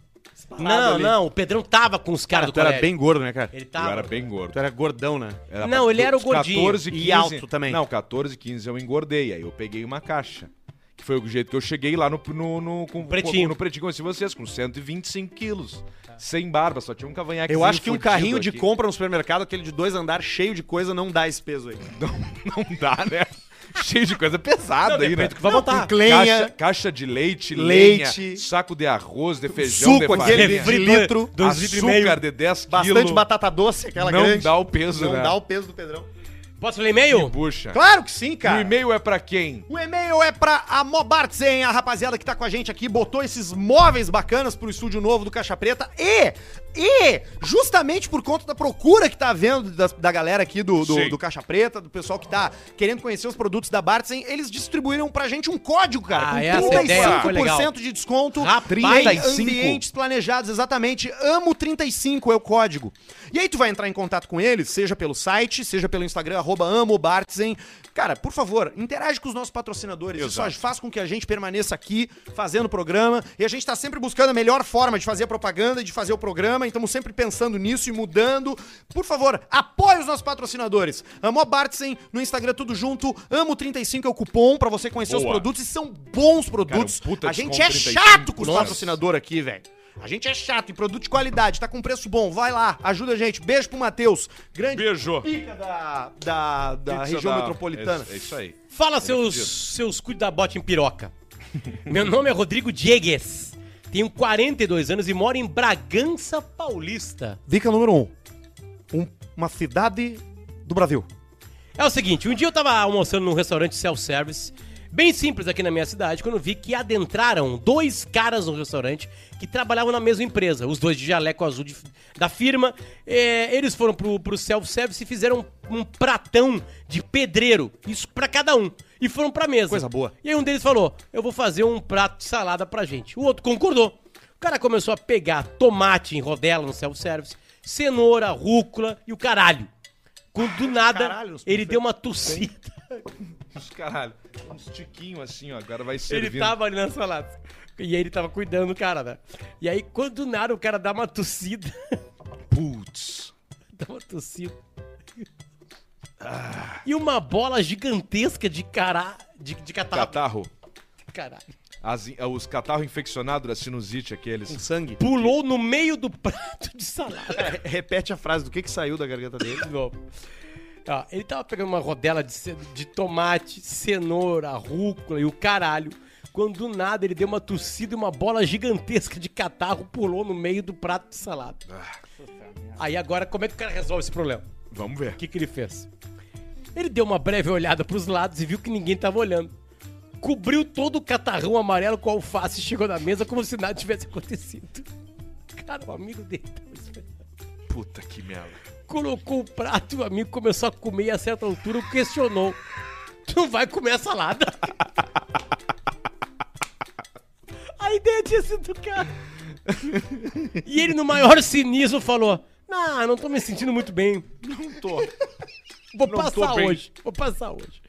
C: Não, não. O Pedrão tava com os caras do
A: tu era
C: colégio.
A: bem gordo, né, cara?
C: Ele
B: Eu era
C: tava.
B: bem gordo.
A: Tu era gordão, né?
C: Não,
B: pra-
C: ele era o
B: dos
C: gordinho
B: 14,
A: e
B: 15
A: alto também.
B: Não, 14, 15 eu engordei. Aí eu peguei uma caixa. Que foi o jeito que eu cheguei lá no, no, no, com,
C: Pretinho.
B: com- no pretinho conheci vocês, com 125 quilos. Sem barba, só tinha um cavanhaque.
A: Eu acho que um carrinho de
B: compra
A: compra no supermercado, aquele de dois andares cheio de coisa, não dá esse peso aí.
B: Não, não dá, né? *laughs* Cheio de coisa pesada
C: Não,
B: aí, né?
C: depende do que vai botar.
B: Caixa, caixa de leite,
A: Leite.
B: lenha, saco de arroz, de feijão,
A: suco,
B: de
A: aquele
B: farinha,
A: de litro,
C: dois litros e
B: açúcar
C: meio.
B: de 10
A: Bastante
B: quilos.
A: batata doce, aquela
B: não
A: grande.
B: dá o peso,
A: não
B: né?
A: dá o peso do Pedrão.
C: Posso ler e-mail?
B: Bucha.
A: Claro que sim,
B: O
A: cara.
B: e-mail é pra quem?
A: O e-mail é pra a Mobartzen, a rapaziada que tá com a gente aqui, botou esses móveis bacanas pro estúdio novo do Caixa Preta e, e, justamente por conta da procura que tá havendo da, da galera aqui do, do,
B: Sim.
A: do Caixa Preta, do pessoal que tá querendo conhecer os produtos da Bartzen, eles distribuíram pra gente um código, cara,
C: Ah,
A: com
C: essa ideia foi legal.
A: de desconto
C: Rapaz,
A: em
B: 35.
A: ambientes planejados, exatamente, AMO35 é o código. E aí tu vai entrar em contato com eles, seja pelo site, seja pelo Instagram, arroba amobartzen. Cara, por favor, interage com os nossos patrocinadores,
B: Exato.
A: isso faz com que a gente permaneça aqui fazendo o programa, e a gente tá sempre buscando a melhor forma de fazer a propaganda e de fazer o programa, e estamos sempre pensando nisso e mudando. Por favor, apoie os nossos patrocinadores. Amo Bartzen no Instagram, tudo junto, amo35 é o cupom pra você conhecer os
B: Boa.
A: produtos, e são bons produtos produtos.
B: Cara, um puta
A: a gente é
B: desconto, 35.
A: chato com os
B: Nossa.
A: patrocinadores aqui, velho. A gente é chato, e produto de qualidade, tá com preço bom. Vai lá, ajuda a gente. Beijo pro Matheus, grande
B: Beijo.
A: pica da, da, da
B: Pizza
A: região
B: da-
A: metropolitana.
B: É, é isso aí.
C: Fala, seus, seus cu da bota em piroca. *laughs* Meu nome é Rodrigo Diegues. Tenho 42 anos e moro em Bragança Paulista.
A: Dica número um. um. Uma cidade do Brasil.
C: É o seguinte, um dia eu tava almoçando num restaurante self-service, bem simples aqui na minha cidade, quando vi que adentraram dois caras no restaurante que trabalhavam na mesma empresa, os dois de jaleco azul de- da firma. É, eles foram pro, pro self-service e fizeram um pratão de pedreiro, isso pra cada um, e foram pra mesa.
A: Coisa boa.
C: E aí um deles falou, eu vou fazer um prato de salada pra gente. O outro concordou. O cara começou a pegar tomate em rodela no self-service, cenoura, rúcula e o caralho. Quando do nada,
A: Caralho, os
C: ele deu uma tossida.
B: Os *laughs* Caralho, um tiquinho assim, ó. Agora vai ser.
C: Ele tava ali na salada. E aí ele tava cuidando do cara, né? E aí, quando do nada o cara dá uma tossida. *laughs*
B: Putz.
C: dá uma tossida. E uma bola gigantesca de cará. De, de catarro.
B: Catarro.
C: Caralho.
B: As- os catarro infeccionados da sinusite,
A: Com
B: aqueles.
A: sangue.
C: Pulou no meio do prato de salada.
A: Re- Repete a frase do que, que saiu da garganta dele.
C: de novo. Ó, ele tava pegando uma rodela de, ce- de tomate, cenoura, rúcula e o caralho. Quando do nada ele deu uma tossida e uma bola gigantesca de catarro pulou no meio do prato de salada. Aí agora, como é que o cara resolve esse problema?
B: Vamos ver.
C: O que, que ele fez? Ele deu uma breve olhada pros lados e viu que ninguém tava olhando. Cobriu todo o catarrão amarelo com alface e chegou na mesa como se nada tivesse acontecido. Cara, o amigo dele tava esperando
B: Puta que merda.
C: colocou o prato, o amigo começou a comer e a certa altura o questionou. Tu não vai comer a salada? A ideia tinha sido do cara. E ele, no maior cinismo, falou: Não, não tô me sentindo muito bem.
B: Não tô.
C: Vou
B: Não tô
C: passar
B: bem.
C: hoje. Vou passar hoje.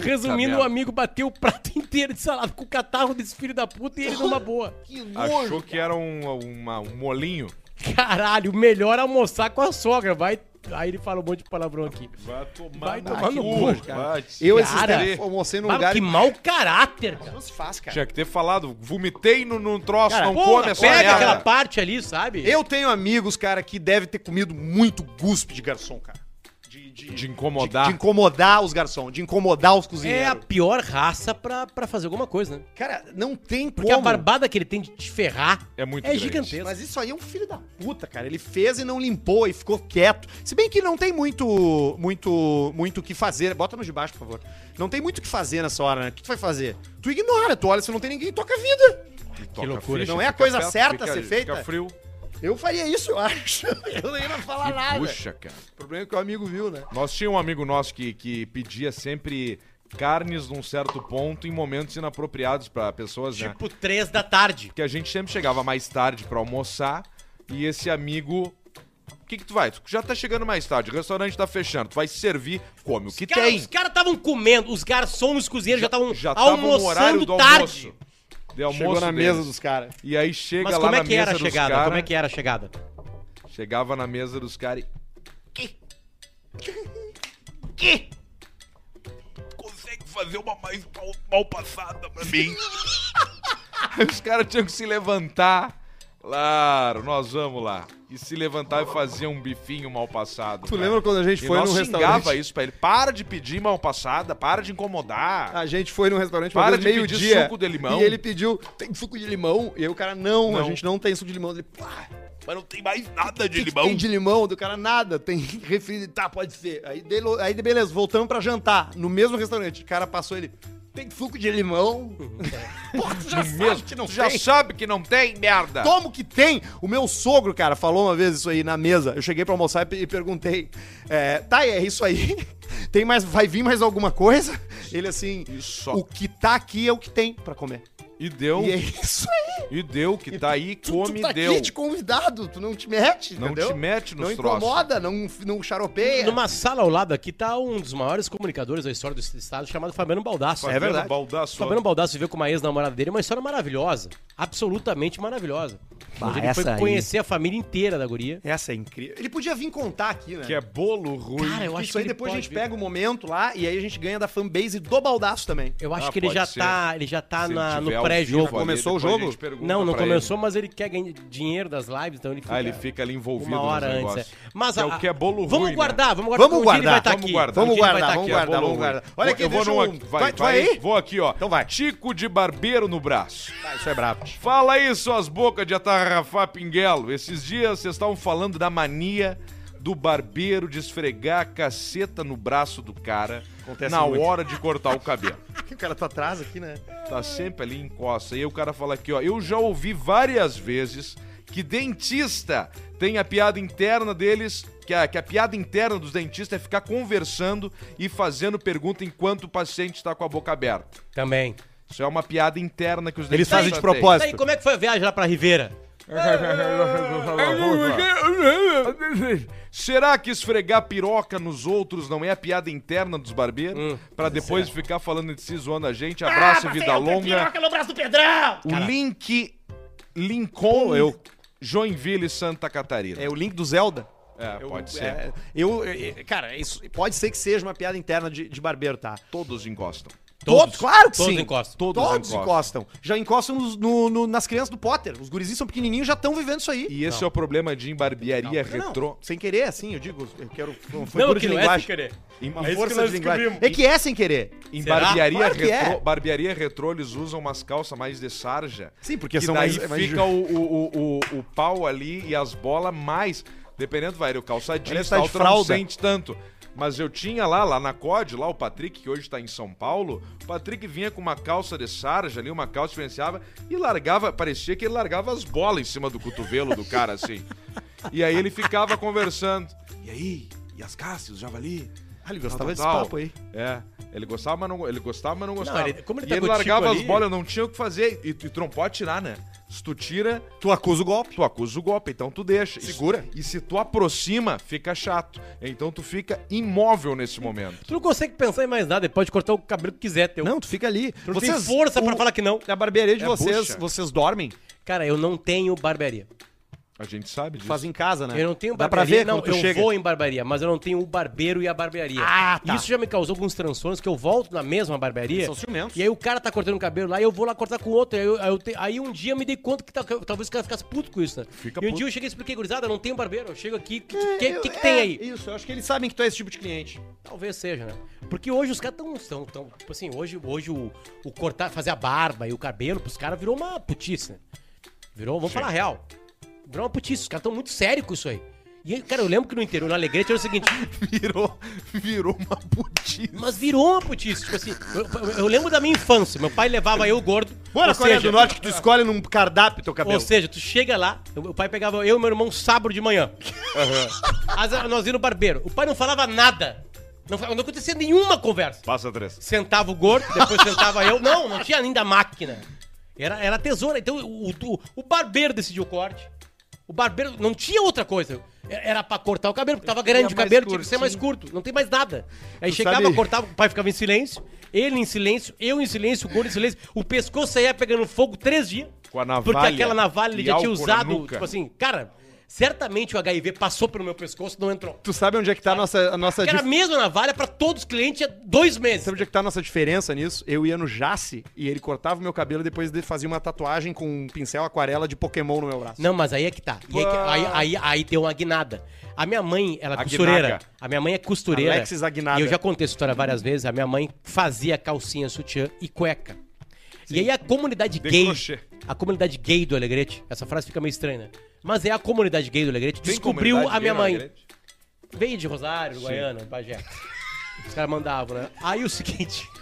C: Resumindo,
B: merda.
C: o amigo bateu o prato inteiro de salada com o catarro desse filho da puta e ele numa boa.
B: Achou que era um, uma- um molinho?
C: Caralho, melhor almoçar com a sogra, vai. Aí ele fala um monte de palavrão aqui.
B: Vai tomar,
C: Vai
B: na
C: tomar no
B: rua,
C: cu,
B: cara.
A: Eu, esses
C: Cara.
A: tempos, almocei num
C: Mas
A: lugar
C: que
A: e...
C: mau caráter, cara.
A: Não se faz, cara.
B: Tinha que ter falado, vomitei no, num troço, não
C: Porra,
B: come essa
C: pega
B: merda.
C: aquela parte ali, sabe?
A: Eu tenho amigos, cara, que deve ter comido muito guspe de garçom, cara. De
D: de, de,
B: De incomodar.
D: De, de incomodar os garçons, de incomodar os
C: É a
D: cozinheiros.
C: pior raça pra, pra fazer alguma coisa, né?
D: Cara, não tem
C: Porque
D: como.
C: a barbada que ele tem de te ferrar
B: É muito
C: é
B: grande.
C: gigantesca.
D: Mas isso aí é um filho da puta, cara. Ele fez e não limpou e ficou quieto. Se bem que não tem muito, muito, muito o que fazer. Bota no de baixo, por favor. Não tem muito o que fazer nessa hora, né? O que tu vai fazer? Tu ignora, tu olha se não tem ninguém, toca a vida.
B: Toca
C: loucura.
B: ficha,
D: Não é a
B: fica
D: coisa
B: perto,
D: certa
B: fica-
D: a ser feita?
B: Fica frio.
D: Eu faria isso, eu acho. *laughs* Eu não ia falar
A: é
D: nada.
B: Puxa, cara.
D: O problema é que o amigo viu, né?
B: Nós tinha um amigo nosso que, que pedia sempre carnes num certo ponto em momentos inapropriados pra pessoas, né?
C: Tipo, três da tarde.
B: que a gente sempre chegava mais tarde pra almoçar e esse amigo. O que, que tu vai? Tu já tá chegando mais tarde, o restaurante tá fechando, tu vai se servir, come o que
C: Cara,
B: tem.
C: Os caras estavam comendo, os garçons, os cozinheiros já estavam
B: tava um no
C: almoçando tarde.
B: De almoço
D: Chegou na
B: deles.
D: mesa dos caras.
B: E aí chega
C: Mas
B: lá
C: como é
B: na
C: que
B: mesa
C: era a
B: dos
C: chegada?
B: cara,
C: Como é que era a chegada?
B: chegava na mesa dos caras e...
C: Que?
B: Consegue fazer uma mais mal, passada pra mim? aí *laughs* os caras tinham que se levantar. Claro, nós vamos lá. E se levantar e fazer um bifinho mal passado.
A: Tu
B: cara.
A: lembra quando a gente
B: E
A: foi
B: nós
A: num
B: xingava
A: restaurante?
B: isso pra ele. Para de pedir mal passada, para de incomodar.
A: A gente foi num restaurante
B: Para
A: para
B: de
A: meio
B: pedir
A: dia.
B: suco de limão.
A: E ele pediu, tem suco de limão? E aí o cara, não, a
B: Não.
A: gente não tem suco de limão. Ele, pá,
B: Mas não tem mais nada
A: que que Tem de limão, do cara nada, tem refri, tá, pode ser. Aí, dele- aí beleza, voltamos pra jantar, no mesmo restaurante. O cara passou ele, tem suco de
B: *laughs*
A: limão? Porra, tu já sabe
B: Mesmo,
A: que não
B: tu
A: tem.
B: já sabe que não tem, merda.
A: Como que tem? O meu sogro, cara, falou uma vez isso aí na mesa. Eu cheguei pra almoçar e pe- e perguntei, é, tá, é isso aí? *laughs* Tem mais, vai vir mais alguma coisa? Ele assim,
B: E só. Então,
A: o que tá aqui é o que tem pra comer.
B: E deu,
A: E é isso aí.
B: e deu, que tá aí,
A: Tu-
B: come
A: tu
B: e
A: tá
B: deu.
A: aqui de convidado, tu não te mete,
B: Não
A: entendeu?
B: te mete nos
A: Não
B: troços.
A: incomoda, não, não charopeia.
C: Numa sala ao lado aqui tá um dos maiores comunicadores da história do estado chamado Fabiano Baldasso.
B: Fabiano
A: verdade.
B: Baldasso.
C: O Fabiano Baldasso viveu com uma ex-namorada dele, uma história maravilhosa. Absolutamente maravilhosa.
A: Bah,
C: Onde ele foi
A: essa aí.
C: conhecer a família inteira da guria.
A: Essa é incrível. Ele podia vir contar aqui, né?
B: Que é bolo ruim.
C: Cara, Ah, eu acho
A: Isso aí
C: que ele
A: depois a
C: pode
A: gente
C: vir.
A: pega o momento lá e aí a gente ganha da fanbase do baldaço também.
C: Eu acho
B: Ah,
C: que ele
B: pode
C: já
B: ser.
C: tá, ele já tá
B: Se ele
C: na- no
B: tiver um ao
C: pré-jogo.
B: vivo ali,
A: Começou o
B: depois a
A: jogo?
B: gente pergunta
C: Não, não
B: pra
C: começou, mas ele quer ganhar dinheiro das lives, então ele
B: Ele. Ah, ele fica ali envolvido
C: uma hora
B: nos
C: antes.
B: negócios.
C: É. Mas
B: Que é
C: a-
B: o que é bolo
C: vamos
B: ruim,
C: Guardar, Vamos guardar,
A: Vamos
C: um dia ele vai
A: guardar,
C: tá
B: vamos
C: aqui.
B: guardar.
C: Um
A: Vamos
C: dia ele vai
A: guardar,
C: tá
A: vamos
C: aqui.
A: guardar,
B: bolo
A: vamos
B: ruim.
A: guardar. Olha aqui,
B: eu vou
A: deixa
B: no
A: um-
B: aqui. Vai,
A: vai-
B: vai,
A: vai aí.
B: Vou aqui, ó.
A: Então vai.
B: Tico de barbeiro no braço.
A: Ah, isso é brabo.
B: Fala aí, suas bocas de atarrafar pinguelo. Esses dias vocês estavam falando da mania do barbeiro de esfregar a caceta no braço do cara
A: Acontece
B: na
A: muito.
B: hora de cortar o cabelo.
A: Que *laughs* o cara tá atrás aqui, né?
B: Tá sempre ali em costa. E aí o cara fala aqui, ó. Eu já ouvi várias vezes que dentista tem a piada interna deles, que a, que a piada interna dos dentistas é ficar conversando e fazendo pergunta enquanto o paciente está com a boca aberta.
C: Também.
B: Isso é uma piada interna que os
A: Eles fazem de
B: têm.
A: propósito.
C: Daí, como é que foi a viagem lá pra Ribeira?
B: Será que esfregar piroca nos outros não é a piada interna dos
A: Hum.
B: barbeiros? pra
A: Tá
B: depois ficar falando de si zoando a gente.
C: Ah,
B: Abraço,
C: é
B: vida longa.
C: no braço do Pedrão!
B: O link Lincoln eu. Joinville, Santa Catarina.
A: É o link do Zelda.
B: É,
A: Eu-
B: pode ser.
A: é, eu, é, cara, isso pode ser que seja uma piada interna de, de barbeiro, tá?
B: Todos encostam.
C: Todos,
A: Todos, claro que
C: todos
A: sim.
C: encostam.
A: Todos,
B: Todos
A: encostam. Já encostam nos- no- no- nas crianças do Potter. Os gurizinhos são pequenininhos, já estão vivendo isso aí.
B: E esse é o problema de em barbearia
A: Não,
B: retrô.
A: é sem querer, assim, eu digo. Eu quero uma
C: Não,
A: figura
C: que
A: de
C: não é
A: linguagem.
C: sem querer.
B: Em,
A: Uma
C: isso que
A: força
C: nós
A: de linguagem.
C: descobrimos.
A: É que é sem querer.
B: em
C: Será?
B: barbearia,
A: Claro que
B: retrô,
A: é.
B: barbearia retrô, eles usam umas calças mais de sarja.
A: Sim, porque
B: que
A: são
B: daí
A: mais- mais
B: fica o, o, o, o, o pau ali e as bolas mais. Dependendo, vai, o calçadinho
A: Parece que tá de
B: não
A: fralda.
B: sente tanto. Mas eu tinha lá, lá na COD, lá o Patrick, que hoje tá em São Paulo, o Patrick vinha com uma calça de sarja ali, uma calça diferenciava, e largava, parecia que ele largava as bolas em cima do cotovelo do cara, assim. E aí ele ficava conversando. E aí? E as caças, os javali?
A: Ah, ele
B: Tal,
A: gostava desse
B: tal, tal.
A: papo aí.
B: É. Ele gostava, mas não, ele gostava, mas não gostava.
C: ele- como ele
B: e
C: tá
B: ele
C: com o
B: largava
C: Tico
B: as
C: ali-
B: bolas, eu não tinha o que fazer. E tu, e tu não pode tirar, né? Se tu tira,
A: Tu acusa o golpe.
B: tu acusa o golpe, então tu deixa.
A: Segura.
B: E, se tu aproxima, fica chato. Então tu fica imóvel nesse momento.
C: Tu não consegue pensar em mais nada, ele pode cortar o cabelo que quiser teu.
A: Não, tu fica ali.
C: tu não tem força pra falar que não.
A: Na barbearia de
B: É
A: vocês,
B: bucha.
A: vocês dormem?
C: Cara, eu não tenho barbearia.
B: A gente sabe disso.
A: Faz em casa, né?
C: Eu não tenho
A: Dá pra ver
C: não,
A: quando tu
C: eu
A: chega.
C: vou em barbearia, mas eu não tenho o barbeiro e a barbearia.
A: Ah, tá.
C: Isso já me causou alguns transtornos, que eu volto na mesma barbearia.
A: São ciumentos.
C: E aí o cara tá cortando o cabelo lá e eu vou lá cortar com outro. Aí, eu- aí eu te- aí um dia eu me dei conta que tá- talvez o cara ficasse puto com isso, né?
B: Fica
C: e um
B: puto.
C: dia eu cheguei e expliquei, gurizada, não tenho barbeiro. Eu chego aqui, o que,
A: É,
C: que, que- que que tem aí?
A: Isso, eu acho que eles sabem que tu é esse tipo de
C: *laughs*
A: cliente.
C: Talvez seja, né? Porque hoje os caras tão, tão, tão. Tipo assim, hoje, hoje o, o cortar, fazer a barba e o cabelo pros caras virou uma putice, né? Virou, vamos falar a real. Virou uma putice. Os caras tão muito sérios com isso aí. E, aí, cara, eu lembro que no interior, na Alegrete, era
A: *laughs*
C: o seguinte.
B: Virou, virou uma putice.
C: Mas virou uma putice. Tipo assim, eu, eu- eu lembro da minha infância. Meu pai levava eu gordo.
A: Bora,
C: ou
A: Coreia
C: seja,
A: do Norte, que tu escolhe num cardápio teu cabelo.
C: Ou seja, tu chega lá, o o pai pegava eu e meu irmão sábado de manhã. As- nós íamos no barbeiro. O pai não falava nada. Não, fa- não acontecia nenhuma conversa.
B: Passa três.
C: sentava o gordo, depois sentava eu. Não, não tinha ainda máquina. Era, era tesoura. Então o, o, o barbeiro decidiu o corte. O barbeiro não tinha outra coisa. E- Era pra cortar o cabelo, porque tava grande o
B: mais
C: cabelo, tinha que ser
B: curtinho.
C: mais curto. Não tem mais nada. Aí chegava,
A: sabe-
C: cortava, o pai ficava em silêncio, ele em silêncio, eu em silêncio, o gordo em silêncio. O pescoço ia pegando fogo três dias.
B: Com a navalha
C: Porque aquela navalha ele
B: e
C: já tinha
B: álcool na
C: usado.
B: nuca.
C: Tipo assim, cara, certamente o HIV passou pelo meu pescoço, não entrou.
A: Tu sabe onde é que tá a nossa, a nossa
C: Porque era a
A: dif-
C: mesma navalha pra todos os clientes há dois meses.
A: Sabe onde é que tá a nossa diferença nisso? Eu ia no Jace e ele cortava o meu cabelo e depois de- fazia uma tatuagem com um pincel aquarela de Pokémon no meu braço.
C: Não, mas aí é que tá. E é que- aí, aí, aí deu uma guinada. A minha mãe, ela é
B: A
C: costureira.
B: guinaga.
C: A minha mãe é costureira.
A: Alexis a guinada.
C: E eu já contei essa história várias vezes. A minha mãe fazia calcinha, sutiã e cueca. E aí a comunidade
B: De
C: gay.
B: crochê.
C: A comunidade gay do Alegrete. Essa frase fica meio estranha, né? Mas é a comunidade gay do Alegrete.
B: Tem
C: Descobriu
B: comunidade
C: a minha
B: gay na
C: mãe.
B: Alegrete?
C: Veio de Rosário, Guaiana, Bagé. Os caras mandavam, né? Aí o seguinte. *laughs*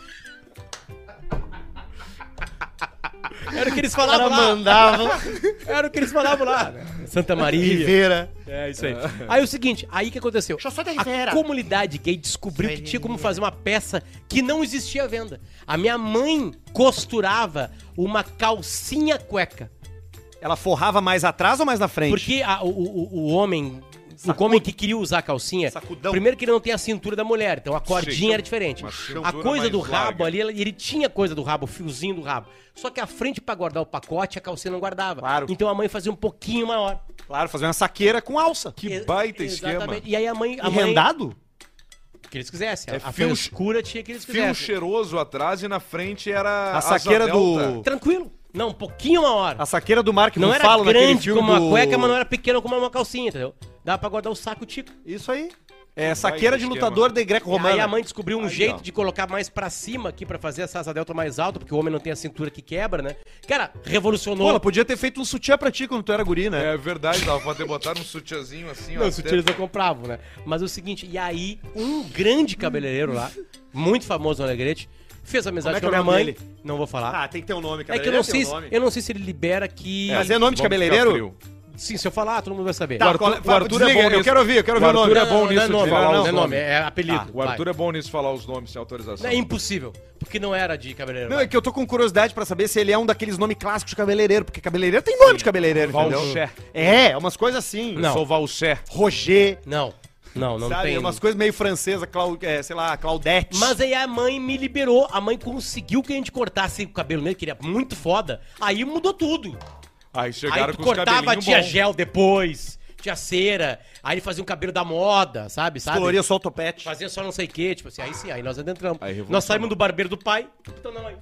C: Era o que eles falavam lá.
A: mandava
C: *laughs* Era o que eles falavam lá. né? Santa Maria.
A: Oliveira.
C: É, isso aí. Aí é o seguinte, aí o que aconteceu?
A: sou da
C: A
A: Rivera.
C: comunidade gay descobriu que tinha como fazer uma peça que não existia à venda. A minha mãe costurava uma calcinha cueca.
A: Ela forrava mais atrás ou mais na frente?
C: Porque a- o, o- o homem. O homem que queria usar a calcinha,
A: Sacudão.
C: primeiro que ele não tem a cintura da mulher, então a cordinha
B: Sim, então,
C: era diferente.
B: uma
C: A
B: cintura
C: coisa
B: mais
C: do rabo
B: larga.
C: ali, ela- ele tinha coisa do rabo, o fiozinho do rabo. Só que a frente pra guardar o pacote, a calcinha não guardava.
A: Claro.
C: Então a mãe fazia um pouquinho maior.
A: Claro, fazer uma saqueira com alça.
B: Que
C: Ex-
B: baita
C: exatamente.
B: esquema.
C: E aí a mãe. A
A: E
C: mãe
A: rendado?
C: que eles quisessem.
B: É
C: a
B: fio
C: fio
B: che-
C: escura tinha que eles
B: Fio
C: quisessem.
B: cheiroso atrás e na frente era.
A: A
B: asa
A: saqueira do-
B: delta.
C: Tranquilo. Não, um pouquinho uma hora.
A: A saqueira do Mark
C: Não era
A: Ruffalo naquele
C: grande
A: filme
C: como uma
A: do-
C: cueca, mas não era pequena como uma calcinha, entendeu? Dava pra guardar o saco tico.
A: Isso aí. É saqueira de
B: esquema.
A: lutador de
C: Aí
A: greco-romana.
C: a mãe descobriu um
B: Aí,
C: jeito
B: ó.
C: de colocar mais pra cima aqui pra fazer essa asa delta mais alta, porque o homem não tem a cintura que quebra, né? Cara,
A: Pô,
C: revolucionou.
A: ela podia ter feito um sutiã pra ti quando tu era guri, né?
B: É verdade, dava pra ter botado um sutiãzinho assim,
C: Não,
B: ó.
C: os sutiãs não compravam, né? Mas é o seguinte, e aí um grande cabeleireiro lá, muito famoso no Alegrete, fez amizade
A: Como
C: com
A: é que é
C: a
A: o
C: minha mãe.
A: nome
C: Não vou
B: Ah,
C: falar.
A: tem que ter um nome,
C: é que eu
A: cabeleireiro
C: não, sei,
A: tem um
C: se-
A: nome.
C: eu não sei se ele libera que...
A: Mas é nome de
B: Vamos ficar
A: cabeleireiro?
B: frio.
C: Sim, se eu falar, todo mundo vai saber.
A: Tá, qual- o Arthur é bom nisso. O
B: O Arthur é bom nisso,
C: não,
B: de
C: não,
B: falar
C: não,
B: os
C: é nome,
B: nomes.
C: é apelido.
B: O Arthur
C: vai.
B: é bom nisso falar os nomes sem autorização.
C: é... impossível, porque não era de cabeleireiro.
A: Não,
C: vai.
A: é que eu tô com curiosidade pra saber se ele é um daqueles nomes clássicos de cabeleireiro, porque cabeleireiro tem nome de cabeleireiro, entendeu?
B: Valché.
A: É, umas coisas assim.
C: Não.
B: Sou Valché.
A: Roger,
C: Não, não, não
A: sabe?
B: é
C: tem.
A: Umas coisas meio francesa, Clau- é, sei lá, Claudette.
C: Mas aí a mãe me liberou, a mãe conseguiu que a gente cortasse o cabelo nele, que ele é muito foda. Aí mudou tudo.
B: Aí
C: Aí
B: chegaram
C: tu
B: com os
C: cortava,
B: cabelinhos
C: tinha
B: bons.
C: gel depois, tinha cera, aí ele fazia um cabelo da moda, sabe? sabe?
A: Coloria só o topete.
C: Fazia só não sei o que, tipo assim, aí sim, aí nós adentramos.
B: Aí revolucionou.
C: nós saímos do barbeiro do pai, então não, aí.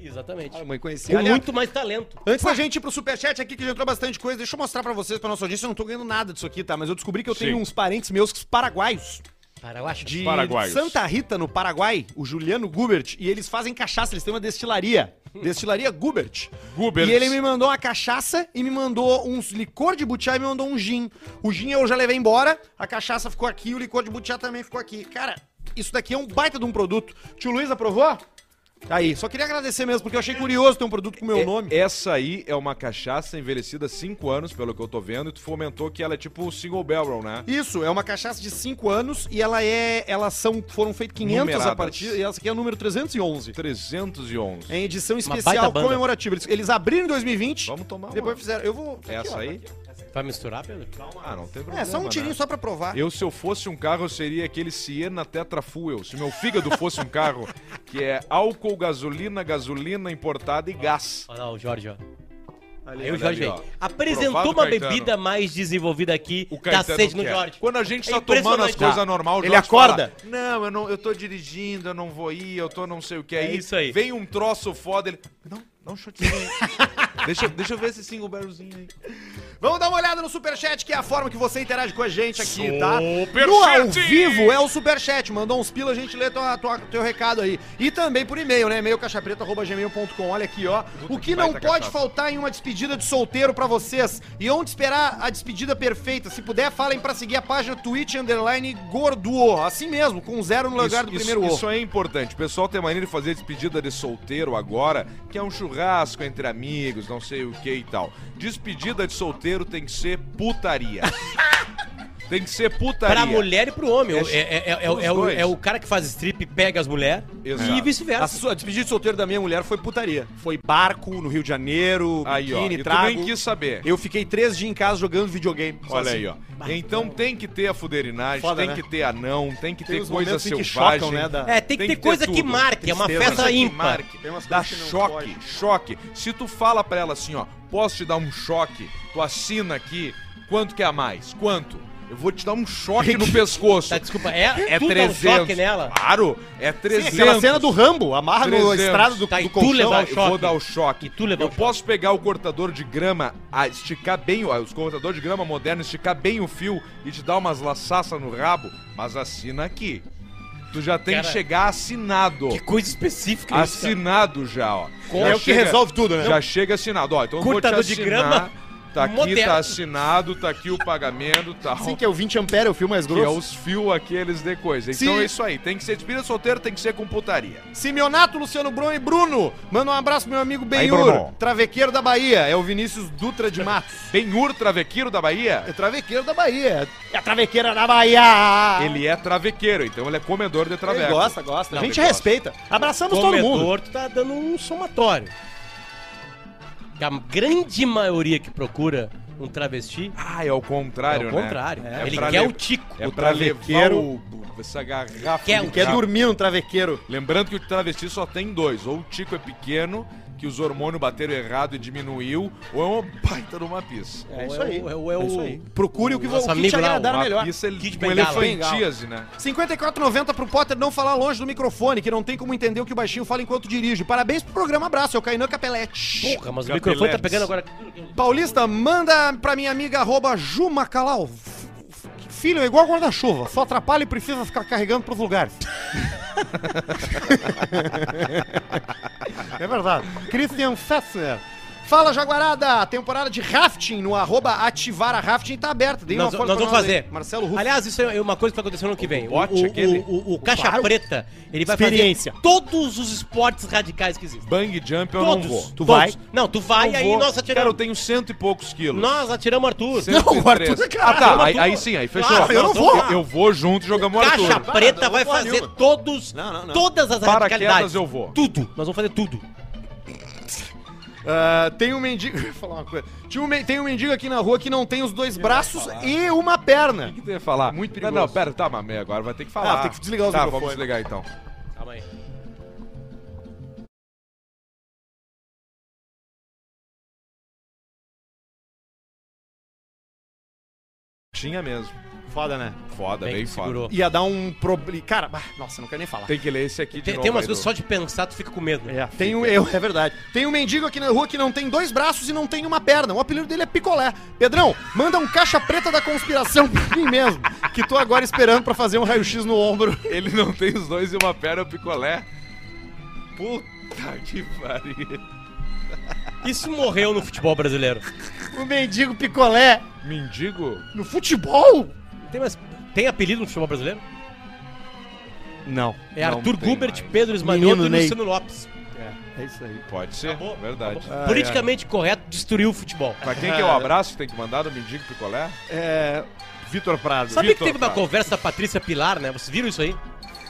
C: Exatamente.
A: Ah, mãe conhecia.
C: Com
A: Aliás,
C: muito mais talento.
A: Antes da gente ir pro superchat aqui, que já entrou bastante coisa, deixa eu mostrar pra vocês, pra nossa audiência, eu não tô ganhando nada disso aqui, tá? Mas eu descobri que eu
B: Sim.
A: tenho uns parentes meus que- paraguaios.
C: Cara, eu acho
A: De
B: Paraguaios.
A: Santa Rita, no Paraguai, o Juliano Gubert, e eles fazem cachaça, eles têm uma destilaria. Destilaria Gubert.
B: Gubert.
A: E ele me mandou uma cachaça e me mandou uns licor de butiá e me mandou um gin. O gin eu já levei embora, a cachaça ficou aqui, o licor de butiá também ficou aqui. Cara, isso daqui é um baita de um produto. Tio Luiz aprovou? Tá aí. Só queria agradecer mesmo, porque eu achei curioso ter um produto com o meu
B: É-
A: nome.
B: Essa aí é uma cachaça envelhecida há 5 anos, pelo que eu tô vendo, e tu fomentou que ela é tipo o single barrel, né?
A: Isso, é uma cachaça de 5 anos e ela é. Elas são, foram feitas 500 a
B: Numeradas.
A: partir. E essa aqui é o número 311.
B: 311.
A: Em edição
C: baita
A: especial
C: banda.
A: comemorativa. Eles, eles abriram em 2020.
B: Vamos tomar uma.
A: Depois fizeram. Eu vou.
B: Essa aí?
C: Vai misturar, Pedro?
B: Ah, não tem problema.
A: É, só um tirinho
B: né?
A: só pra provar.
B: Eu, se eu fosse um carro, eu seria aquele Siena Tetra Fuel. Se meu fígado fosse um carro, que é álcool, gasolina, gasolina importada e gás.
C: Olha lá o Jorge, ó. Aí o Jorge
B: olha
C: vem.
B: ali, ó.
C: Apresentou
B: Provado
C: uma
B: Caetano.
C: bebida mais desenvolvida aqui,
B: O
C: dá
B: Caetano
C: sede no
B: quer.
C: Jorge.
B: Quando a gente
C: É
B: tá tomando as
C: impressionante.
B: coisas
C: Tá.
B: normais,
E: Ele acorda?
B: não, eu não, eu tô dirigindo, eu não vou ir, eu tô não sei o que aí.
C: É isso aí.
B: Vem um troço foda, ele. Não, não chutinho aí. *laughs* deixa, eu- deixa eu ver esse single barrelzinho aí.
A: Vamos dar uma olhada no Superchat, que é a forma que você interage com a gente aqui, tá?
B: Superchat!
A: No ao vivo é o Superchat. Mandou uns pila, a gente lê tua, tua- teu recado aí. E também por e-mail, né? E-mail caixapreta.gmail.com. Olha aqui, ó. O que
B: que
A: não
B: baita
A: pode
B: cachaça.
A: faltar em uma despedida de solteiro pra vocês. E onde esperar a despedida perfeita. Se puder, falem pra seguir a página Twitch Underline Gorduo. Assim mesmo, com zero no lugar do primeiro
B: isso,
A: ovo.
B: isso é importante. O pessoal tem mania de fazer despedida de solteiro agora, que é um churrasco entre amigos, não sei o que e tal. Despedida de solteiro tem que ser *laughs* putaria. tem que ser putaria.
C: Pra mulher e pro homem.
B: É-
C: É, é- é- é-
B: pros
C: é o,
B: dois.
C: é o cara que faz strip, pega as mulheres e
B: Exato.
E: A,
C: vice-versa.
E: sua, a despedida de solteiro da minha mulher foi putaria.
A: Foi barco no Rio de Janeiro,
B: Aí, ó.
A: biquíni,
B: E é tu nem
A: trago.
B: quis saber.
A: Eu fiquei três dias em casa jogando videogame. Só
B: Olha
A: assim.
B: aí, ó. Então tem que ter a fuderinagem,
E: Foda,
B: tem
E: né?
B: que ter anão, tem que
E: Tem
B: ter
E: uns
B: coisa
E: momentos em que
B: selvagem.
E: chocam, né, da-
C: É, tem que ter coisa que
B: tudo.
C: marque, é uma
B: Tristeza,
C: festa
B: coisa que
C: ímpar.
B: marque,
E: Tem umas
B: dá
E: coisas que não
B: choque,
E: pode.
B: choque. Se tu fala pra ela assim, ó, posso te dar um choque, tu assina aqui, quanto que é a mais? Quanto? Eu vou te dar um
C: *laughs*
B: choque no pescoço.
C: Tá, desculpa, é,
B: É
C: tu dá um
B: 300.
C: choque nela.
B: Claro, é
E: Sim, aquela
B: 300.
E: cena do Rambo, amarra no
B: 300.
E: estrado do,
C: Tá, e
E: do
C: tu
E: colchão.
C: levar
B: Não,
C: o
B: eu
C: choque.
B: vou dar o choque.
C: E tu levar
B: eu
C: o choque.
B: posso pegar o cortador de grama, a esticar bem, o os cortador de grama moderno, esticar bem o fio e te dar umas laçaças no rabo, mas assina aqui. Tu já tem
C: Cara,
B: que chegar assinado.
C: Que coisa específica isso, cara.
B: Assinado já, ó. Já
E: É o que
B: chega-
E: resolve tudo, né?
B: Já chega assinado, ó. Então eu
C: Cortador
B: vou te
C: de
B: assinar.
C: grama
B: Tá aqui,
C: moderno.
B: tá assinado, tá aqui o pagamento, tá.
E: Assim que é o 20 ampere, o fio mais
B: Que é
E: grosso.
B: os fios aqueles de coisa. Então
A: Sim.
B: é isso aí. Tem que ser despedida solteiro, tem que ser com putaria.
A: Simeonato, Luciano Bruno e Bruno. Manda um abraço pro meu amigo
B: Aí,
A: Benhur,
B: Bruno.
A: travequeiro da Bahia. É o Vinícius Dutra de
B: *laughs*
A: Matos.
B: Bem Ur Travequiro da Bahia?
A: É travequeiro da Bahia.
E: É a travequeira da Bahia!
B: Ele é travequeiro, então ele é comedor de traveco.
E: Ele gosta, gosta. a
B: Não,
E: gente
B: ele
E: respeita. Abraçamos todo mundo.
C: Comedor, tu tá dando um somatório. Que A grande maioria que procura um travesti
B: Ah, é o
C: é
B: contrário,
C: o
B: né?
C: contrário.
B: É
C: Ele
B: pra
C: quer
B: le-
C: o tico.
B: É
E: O
B: pra levar
E: travequeiro-
B: o... essa garrafa.
C: Quer-
B: de
E: Quer
B: garrafa.
E: dormir
A: um
E: no travequeiro.
B: Lembrando que o travesti só tem dois. Ou o tico é pequeno, que os hormônios bateram errado e diminuiu, ou é uma baita numa pizza.
C: É isso aí.
E: É, o- é
C: É isso
E: o-
C: aí.
E: Procure o que, vo-
C: Nosso
E: o que te
C: amigo um lá,
E: agradar
B: Uma
E: melhor.
B: pizza é
C: Kit
B: com
C: Bengala.
B: elefantíase, né?
A: 54,90 pro Potter não falar longe do microfone, que não tem como entender o que o baixinho fala enquanto dirige. Parabéns pro programa, abraço. É o Cainan Capelete.
C: Porra, mas o
B: Capeletes.
C: microfone tá pegando agora.
A: Paulista, manda pra minha amiga arroba Juma Calau. F- f- Filho, é igual guarda-chuva, só atrapalha e precisa ficar carregando pros lugares. *laughs* é verdade. Christian Fessner. Fala, Jaguarada! A temporada de rafting no arroba Ativara Rafting tá aberta. Dei
C: Nós,
A: uma
C: nós
A: força pra
C: vamos fazer.
A: aí. Marcelo Ruff.
C: Aliás, isso é uma coisa que vai acontecer no ano que vem. O,
B: bote
C: o-
B: aquele?
C: o- o- o Caixa Preta, ele vai
E: Experiência.
C: fazer todos os esportes radicais que existem.
B: Bang jump eu
C: todos.
B: não vou.
E: Tu
C: todos.
E: vai?
C: Não, tu vai e
B: Não
C: aí
B: vou.
C: nós tá
B: Cara, eu
C: atiramos.
B: tenho cento e poucos quilos.
C: Nós atiramos o Arthur.
B: *laughs* Cento e
E: Não, o Arthur,
B: três.
E: cara,
B: Ah, tá.
C: mas
B: Aí,
C: tu-
B: aí sim, aí fechou.
C: Claro,
E: eu não vou.
B: Eu, vou junto jogamos o
C: Caixa
B: Arthur.
C: Preta
E: não
C: vai
E: vou
C: fazer
E: nenhuma.
C: todos,
E: Não, não, não.
C: todas as
B: Paraquedas
C: radicalidades.
B: eu vou.
C: Tudo. Nós vamos fazer tudo.
A: Ah, tem um mendigo. *laughs* eu ia falar uma coisa. Tinha um men- tem um mendigo aqui na rua que não tem os dois braços e uma perna.
B: O que tu ia
C: É
B: falar?
A: Muito
B: Não, Não,
A: perigoso.
B: pera, tá, mamê, agora vai ter que falar.
A: Ah, tem que desligar os
B: Tá, vamos
A: microfones.
B: desligar então.
C: Calma aí.
B: Tinha mesmo.
E: Foda, né?
B: Foda,
C: Bem
B: bem,
C: que
B: foda.
C: segurou.
E: Ia dar um problema. Cara, bah, nossa, não quero nem falar.
B: Tem que ler esse aqui de
C: Tem,
B: novo.
C: tem umas
B: aí,
C: coisas
B: Edu.
C: só de pensar, tu fica com medo. né?
E: É,
A: Tem um, eu, é verdade. Tem um mendigo aqui na rua que não tem dois braços e não tem uma perna. O apelido dele é Picolé. Pedrão, manda um caixa preta da conspiração pra mim mesmo, que tô agora esperando pra fazer um raio-x no ombro.
B: Ele não tem os dois e uma perna é o picolé. Puta que pariu.
C: Isso morreu no futebol brasileiro.
E: *laughs* O mendigo picolé.
B: Mendigo?
A: No futebol?
C: Tem, mais- tem apelido no futebol brasileiro?
E: Não.
C: É
B: Não
C: Arthur
B: tem
C: Gubert,
B: mais.
C: Pedro Esmanioto e
E: Menino Ney.
C: Luciano Lopes.
E: É, é isso aí.
B: Pode ser,
C: Acabou,
B: verdade.
C: acabou. Ah. Politicamente correto, destruiu o futebol.
B: Pra quem que é o abraço que tem que mandar do mendigo picolé?
E: É. Vitor Prado.
C: Sabia que
B: Vitor,
C: teve uma
B: cara.
C: conversa da Patrícia Pilar, né? Vocês viram isso aí?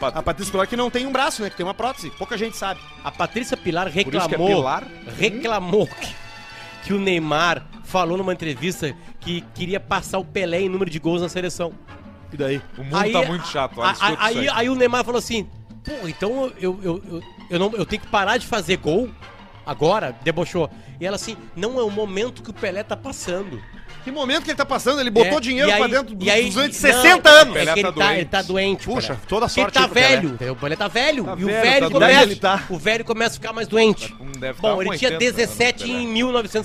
C: Ah,
E: A Patrícia Pilar que não tem um braço, né? Que tem uma prótese. Pouca gente sabe.
C: A Patrícia Pilar
B: Por isso
C: reclamou.
B: que é pilar?
C: reclamou que, que o Neymar falou numa entrevista que queria passar o Pelé em número de gols na seleção.
E: E daí?
B: O mundo tá muito chato, olha,
C: é- a-
B: escuta
C: a-
B: isso
C: aí, aí o Neymar falou assim: pô, então eu, eu, eu, eu não, eu tenho que parar de fazer gol? agora, debochou. E ela assim, não é o momento que o Pelé tá passando.
A: Que momento que ele tá passando? Ele botou
C: É,
A: dinheiro
C: e
A: pra
C: aí-
A: dentro
C: e aí-
A: dos durante
C: não,
A: 60 anos.
C: É
B: Pelé
C: que ele,
B: tá
C: tá,
B: doente.
C: ele tá doente.
D: Puxa,
C: Pelé.
D: toda
C: Porque ele
D: sorte
C: tá
D: aí pro
A: né?
D: Pelé.
C: velho. O Pelé tá velho.
B: Tá
C: e o
B: velho,
C: velho
B: tá
C: começa.
A: doente. Tá.
C: O velho começa a ficar mais doente.
B: Não deve tá
C: Bom,
B: com
C: ele tinha
B: 80
C: 17
B: anos,
C: em
B: né?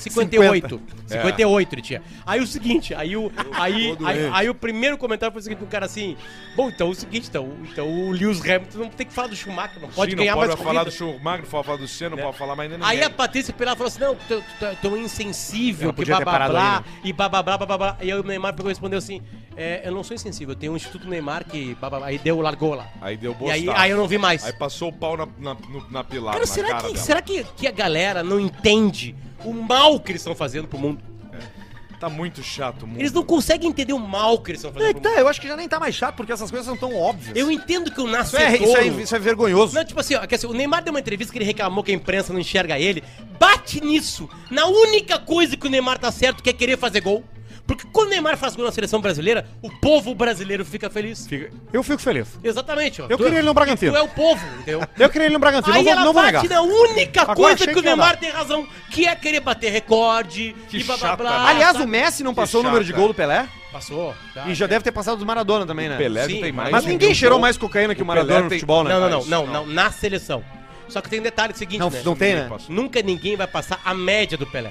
C: 1958.
B: 50.
C: 58 ele tinha. Aí o seguinte, aí o, aí,
B: tô
C: aí,
B: doente.
C: aí o primeiro comentário foi o seguinte, um cara assim, bom, então o seguinte, então, então o Lewis Hamilton não tem que falar do Schumacher, não pode
B: Sim,
C: ganhar
B: não pode
C: mais
B: falar
C: corrida.
B: do Schumacher, não pode falar do Senna, não pode falar mais nem ninguém.
C: Aí é a Patrícia Pilar falou assim: não, tu- tu- tu- tão insensível,
A: Ela
C: que
A: podia
C: blá
A: ter
C: blá
A: parado
C: blá,
A: aí,
C: e blá blá blá blá blá, blá. E aí o Neymar pegou e respondeu assim: é, eu não sou insensível, eu tenho um Instituto Neymar que blá blá blá, aí deu, largou lá.
B: Aí deu
C: E aí,
B: bostaço.
C: aí eu não vi mais.
B: Aí passou o pau na, na, no- na pilar,
C: Cara,
B: na
C: será,
B: cara
C: que,
B: dela.
C: será que, que a galera não entende o mal que eles estão fazendo pro mundo?
B: Tá muito chato o mundo.
C: Eles não conseguem entender o mal que eles estão fazendo
A: É,
C: pro
A: tá,
C: mundo.
A: eu acho que já nem tá mais chato, porque essas coisas são tão óbvias.
C: Eu entendo que o
A: Isso, é,
C: nascedouro...
A: isso, é, isso é vergonhoso.
C: Não, tipo assim, ó, que assim, o Neymar deu uma entrevista que ele reclamou que a imprensa não enxerga ele. Bate nisso. Na única coisa que o Neymar tá certo, que é querer fazer gol. Porque quando o Neymar faz gol na seleção brasileira, o povo brasileiro fica feliz.
A: Eu fico feliz.
C: Exatamente, ó.
A: Eu queria ele no Bragantino.
C: Tu é o povo,
A: *laughs*
C: entendeu?
A: Eu queria ele no Bragantino,
C: Aí
A: não vou,
C: ela
A: não vou
C: bate
A: negar.
C: na única
A: Agora
C: coisa
A: achei
C: que o
A: que ia
C: Neymar
A: dar.
C: tem razão, que é querer bater recorde
B: Que
C: e blá blá
B: chata.
C: blá.
A: né? Aliás, o
C: sabe?
A: Messi não
B: Que
A: passou o número de
B: chata.
A: gol do Pelé?
C: Passou. tá,
A: e já
C: né?
A: deve ter passado do Maradona também, né?
B: Pelé
C: Sim,
B: não tem mais.
A: Mas
B: um
A: ninguém
B: gol.
A: cheirou mais cocaína que o Maradona
B: Pelé
A: no
B: tem-
A: futebol, né?
C: Não, não, não,
B: Isso
C: não,
B: não.
C: não, na seleção. Só que tem um detalhe seguinte,
A: Não,
C: né?
A: não tem, né?
B: Ninguém passou.
C: Nunca ninguém vai passar a média do Pelé.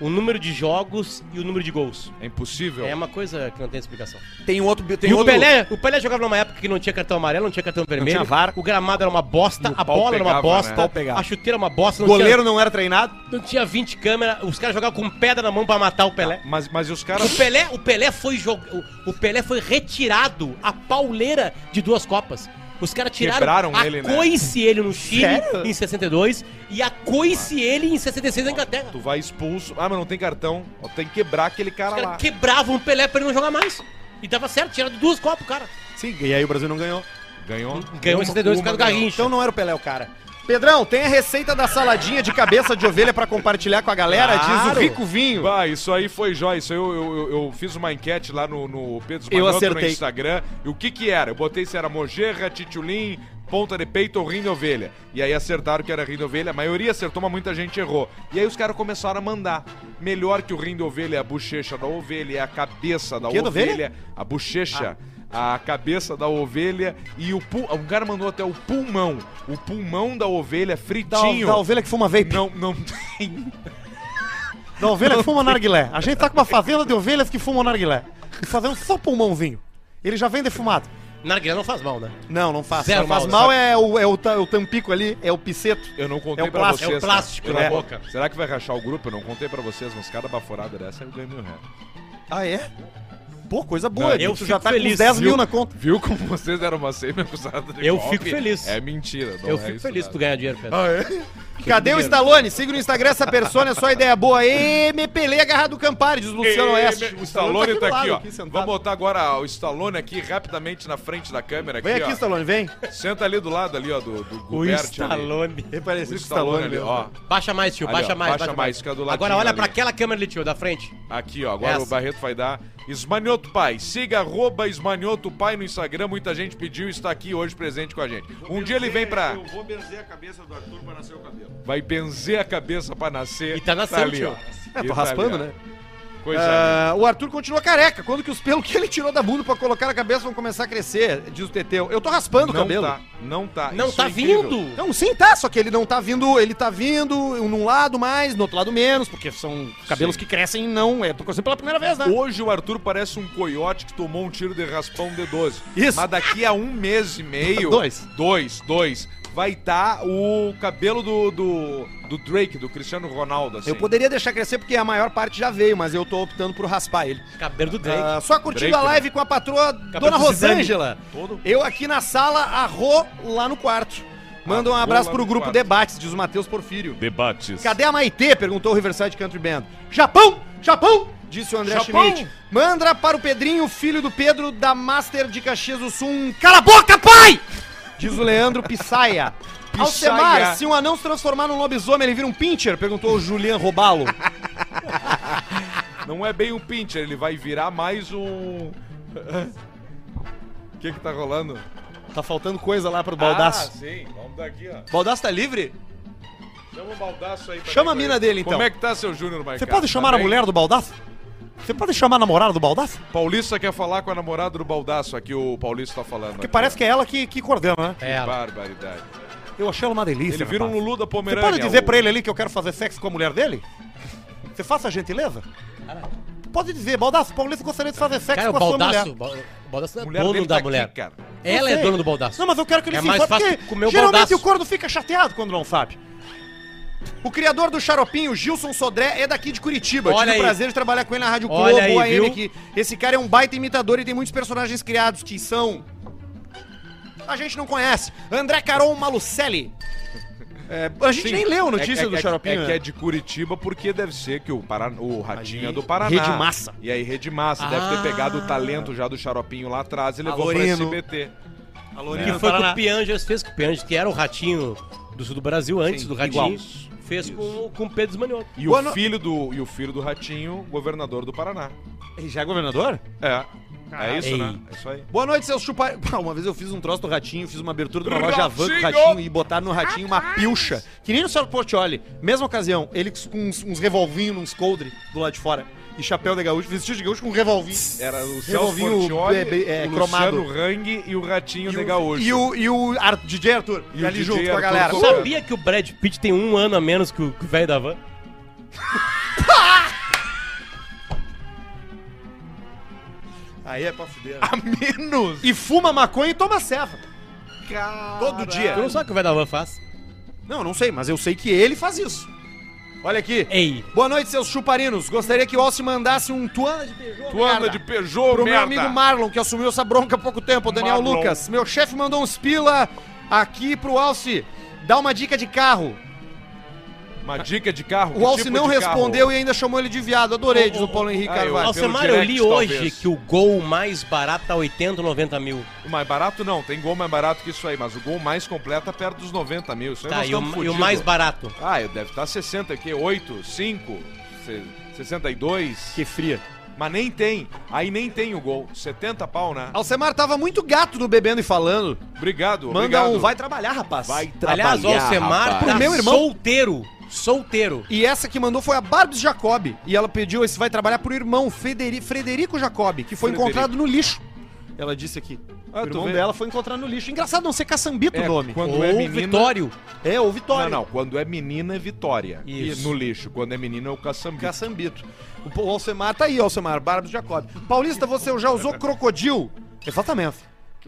C: O número de jogos e o número de gols.
B: É impossível.
C: É uma coisa que não tem explicação.
A: Tem um outro... Tem
C: e o
A: outro-
C: Pelé, o Pelé jogava numa época que não tinha cartão amarelo, não tinha cartão vermelho.
A: tinha VAR.
C: O gramado era uma bosta, a
B: pau
C: bola era uma
B: pegava, né?
C: bosta,
B: Pau
A: pegava.
C: a chuteira era uma bosta,
A: O
C: não,
A: goleiro não era treinado?
C: tinha, não tinha 20 câmeras, os caras jogavam com pedra na mão pra matar o Pelé.
B: Mas, mas os
C: O
B: caras...
A: *laughs*
C: Pelé, o Pelé foi jog... o- o Pelé foi retirado a pauleira de duas copas. Os caras tiraram
B: Quebraram
C: a
B: ele, né?
C: coice ele no Chile
A: Sério?
C: em 62 e a coice ele em 66 na Inglaterra.
B: Tu vai expulso. Ah, mas não tem cartão. Ó, Tem que quebrar aquele
C: Os
B: cara lá.
C: caras quebravam o um Pelé pra ele não jogar mais. E dava certo, tiraram duas copas, cara.
A: Sim, e aí o Brasil não ganhou.
B: Ganhou.
C: Ganhou em 62 por
B: uma
C: causa do Garrincha.
A: Então não era o Pelé o cara. Pedrão, tem a receita da saladinha de cabeça de ovelha pra compartilhar com a galera, diz
C: Claro.
A: o Rico Vinho.
B: Bah, isso aí foi jóia. Isso aí eu, eu, eu- eu fiz uma enquete lá no, no Pedro
A: Eu
B: Esmanioto no
A: acertei.
B: Instagram. E o que que era? Eu botei se era mojerra, titulim, ponta de peito ou rim de ovelha. E aí acertaram que era rim de ovelha. A maioria acertou, mas muita gente errou. E aí os caras começaram a mandar. Melhor que o rim de ovelha é a bochecha da ovelha, é a cabeça da
A: quê, da ovelha? Ah.
B: ovelha, a bochecha. A cabeça da ovelha e o pul... Um cara mandou até o pulmão. O pulmão da ovelha é
C: tá,
A: Da,
B: fritinho.
A: da ovelha que fuma vape.
B: Não, não *laughs* tem.
A: Da ovelha que fuma narguilé. A gente tá com uma fazenda de ovelhas que fumam narguilé. E fazendo só pulmãozinho. Ele já vem defumado.
C: Narguilé não faz mal, né?
A: Não, não faz.
C: Zero
A: Não faz
C: mal,
A: mal é o, é, o, ta- o tampico ali, é o piceto.
B: Eu não
A: É
B: contei
A: o
B: pra
A: plástico,
B: vocês.
C: é o plástico
B: cara.
C: na
B: Eu não-
C: boca.
B: Será que vai rachar o grupo? Eu não contei pra vocês, mas cada baforada dessa eu ganho mil reais.
A: Ah, é? Pô, coisa
B: Não,
A: boa. Não,
C: eu
A: tu já
C: fico
A: tá com
C: feliz,
A: uns 10
B: viu?
A: mil na conta.
B: Viu como vocês eram uma sempre acusada de
C: Eu
B: golpe?
C: fico feliz.
B: É mentira. não
C: Eu
B: é
C: fico
B: isso, Ah, é,
C: feliz se
B: nada.
C: tu ganhar dinheiro, Pedro.
A: Cadê o Stallone? Siga no Instagram essa persona, é só ideia boa. E me pelei agarrado do Campari, diz Luciano
B: Ei,
A: Oeste.
B: O Stallone tá
A: do
B: aqui,
A: lado,
B: ó.
A: sentado.
B: Vamos botar agora o Stallone aqui rapidamente na frente da câmera.
A: Vem aqui,
B: ó.
A: Stallone, vem.
B: Senta ali do lado ali, ó, do, do
C: O
B: Gubert ali.
C: Stallone.
A: É
B: O
A: parecido com o
B: Stallone ali, ó.
C: Baixa mais, tio,
B: Ali,
C: baixa
B: ó,
C: mais.
B: baixa mais, fica do
C: Agora
B: ladinho
C: olha
B: ali.
C: pra aquela câmera ali, tio, da frente.
B: Aqui, ó. Agora
C: Essa.
B: o Barreto vai dar. Esmanioto Pai. Siga arroba Esmanioto Pai no Instagram. Muita gente pediu e está aqui hoje presente com a gente. Um dia ele vem pra.
F: Eu vou benzer a cabeça do Arthur para nascer o cabelo.
B: Vai benzer a cabeça pra nascer.
C: E tá nascendo, tio.
B: ó.
A: É, tô
B: E tá
A: raspando,
B: ali,
A: né?
B: ó. Coisa linda.
A: Ah, o Arthur continua careca. Quando que os pelos que ele tirou da bunda pra colocar na cabeça vão começar a crescer? Diz o Teteu. Eu tô raspando o
B: Não
A: cabelo.
B: tá, não tá.
C: Não
B: Isso
C: tá
B: é incrível.
C: vindo.
A: Não, sim, tá, só que ele não tá vindo, ele tá vindo num lado mais, no outro lado menos, porque são cabelos
B: Sim.
A: que crescem e não, é, tô crescendo pela primeira vez, né?
B: Hoje o Arthur parece um coiote que tomou um tiro de raspão de 12.
A: Isso.
B: Mas daqui a um mês e meio.
A: Dois.
B: Dois, dois. Vai estar o cabelo do, do, do Drake, do Cristiano Ronaldo, assim.
A: Eu poderia deixar crescer porque a maior parte já veio, mas eu tô optando por raspar ele.
C: Cabelo do Drake.
A: Ah, só curtindo
B: Drake,
A: a live com a patroa Dona
C: do Zidane.
A: Rosângela. Eu aqui na sala, a Rô lá no quarto. Manda um
B: A Rô
A: abraço
B: lá
A: pro
B: no
A: grupo
B: quarto.
A: Debates, diz o Matheus Porfírio.
B: Debates.
A: Cadê a Maitê? Perguntou o Riverside Country Band. Japão! Japão! Disse o André
B: Japão!
A: Schmidt. Manda para o Pedrinho, filho do Pedro, da Master de Caxias do Sul. um Cala a boca, pai! Diz o Leandro Pissaia. *laughs* Alcemar, se um anão se transformar num lobisomem, ele vira um pincher? Perguntou o Julian *laughs* Robalo.
B: Não é bem um pincher, ele vai virar mais um. *laughs* O que que tá rolando?
A: tá faltando coisa lá pro Baldaço.
B: Ah, sim. Vamos daqui, ó.
A: Baldaço tá livre?
B: Chama o baldaço aí. pra
A: Chama a
B: mim,
A: mina
B: aí.
A: dele, então.
B: Como é que tá, seu Júnior Maicon?
A: Você pode chamar a mulher do baldaço? Você pode chamar a namorada do baldaço?
B: Paulista quer falar com a namorada do baldaço aqui, o Paulista tá falando.
A: Porque parece que é ela que, que coordena, né?
C: É ela.
B: Barbaridade.
A: Eu achei ela uma delícia.
B: Ele vira um
A: rapaz.
B: Lulu da
A: Você
B: Pomerânia.
A: pode dizer
B: o-
A: pra ele ali que eu quero fazer sexo com a mulher dele? Você faça a gentileza? é Pode dizer, Baldaço, Paulista gostaria de fazer sexo
C: Cara, o
A: com a sua mulher.
C: Baldaço, o Bal- o Baldaço não é
B: Mulher
C: dono
B: dele
C: da
B: tá
C: mulher.
B: aqui, cara.
C: Ela
A: Eu
C: é
A: sei.
C: dona do Baldaço.
A: Não, mas eu quero que ele
C: É
A: se
C: mais
A: informe,
C: fácil
A: porque
C: comer o
A: geralmente
C: Baldaço.
A: o corno fica chateado quando não sabe.
D: O criador do Xaropinho, Gilson Sodré, é daqui de Curitiba. Eu
C: Olha
D: Tive
C: aí.
D: o prazer de trabalhar com ele na Rádio Globo
C: Olha aí,
D: AM
C: viu?
D: aqui. Esse cara é um baita imitador e tem muitos personagens criados que são... A gente não conhece. André Carol Malucelli.
A: *laughs*
D: É, a gente
B: Sim.
D: nem leu a
B: É que-
D: notícia
B: é,
D: do
B: é,
D: Xaropinho.
A: né?
D: né?
B: É que é de Curitiba, porque deve ser que o, Paraná, o Ratinho é do Paraná.
D: Rede Massa.
B: E aí, Rede Massa. Deve
C: Ah.
B: ter pegado o talento já do Xaropinho lá atrás e levou
D: Alorino.
B: pra SBT.
C: Que foi
A: tá
C: o que o Pianjas fez com o Pianjas, que era o ratinho do sul do Brasil antes
B: Sim,
C: do ratinho.
B: igual.
C: Fez com, com o Pedro Esmanioto.
B: E o, filho do, e o filho do Ratinho, governador do Paraná.
A: Ele já é governador?
B: É. É isso,
C: Ei.
B: né? É isso aí.
A: Boa noite, seus chupa... *laughs* Pá, Uma vez eu fiz um troço do ratinho, fiz uma abertura de uma loja van com o ratinho e botaram no ratinho uma pilcha. Que nem o senhor Portioli. Mesma ocasião, ele com uns, uns revolvinhos, uns coldre do lado de fora. E chapéu de gaúcho, vestido de gaúcho com um revolvinho.
B: Era o Celso
A: Revolvi o-
B: Portioli,
A: é, be- é,
B: o
A: cromado.
B: Luciano Hang e o Ratinho de
A: E
B: Gaúcho.
A: o, e o Ar- DJ Arthur,
B: E
A: e
B: o
A: ali
B: DJ
A: junto com a
B: Arthur
A: galera.
B: Pô, Soares.
C: Sabia que o Brad Pitt tem um ano a menos que o que o velho da van?
A: Aí é pra fuder.
B: *laughs* A menos!
A: E fuma maconha e toma ceva. Todo dia.
C: Tu não sabe o que o velho da van faz?
A: Não, não sei, mas eu sei que ele faz isso. Olha aqui.
C: Ei,
A: Boa noite, seus chuparinos. Gostaria que o Alce mandasse um tuana de Peugeot.
B: Tu anda
A: merda,
B: de Peugeot,
A: Pro meu
B: merda.
A: amigo Marlon, que assumiu essa bronca há pouco tempo, o Daniel
B: Marlon.
A: Lucas. Meu chefe mandou uns pila aqui pro Alce. Dá uma dica de carro.
B: Uma dica tipo de carro.
A: O Alce não respondeu e ainda chamou ele de viado. Adorei, diz o Paulo Henrique
B: Ah, eu-
A: Carvalho.
C: Alcemar,
B: pelo
C: eu
B: direct,
C: li hoje
B: talvez.
C: que o gol mais barato tá 80, 90 mil.
B: O mais barato não, tem gol mais barato que isso aí, mas o gol mais completo é perto dos 90 mil. Isso aí
C: Tá,
B: nós
C: e o,
B: estamos
C: e o
B: fudidos.
C: mais barato?
B: Ah, eu deve estar 60 aqui, 8, 5, 62.
A: Que fria.
B: Mas nem tem, aí nem tem o gol. 70 pau, né?
A: Alcemar tava muito gato do bebendo e falando.
B: Obrigado,
A: Manda
B: obrigado.
A: um, vai trabalhar, rapaz.
B: Vai trabalhar,
C: Aliás, o Alcemar
B: rapaz.
C: tá
A: Pro meu irmão.
C: solteiro. Solteiro.
A: E essa que mandou foi a Barbs Jacob. E ela pediu esse vai trabalhar pro irmão, Frederi- Frederico Jacob, que foi
B: Frederico.
A: encontrado no lixo. Ela disse aqui. o
B: Ah, tu
A: irmão
B: vê.
A: dela foi encontrado no lixo. Engraçado não ser caçambito
B: É,
A: o nome.
B: quando
C: Ou
B: é menina...
C: Vitório.
A: É, ou Vitória.
B: Não, não, quando é menina é Vitória.
C: Isso.
B: E no lixo, quando é menino é o caçambito.
A: Caçambito. O P- O Alcemar tá aí, Alcemar, Barbs Jacob. Paulista, você já usou crocodil? Exatamente.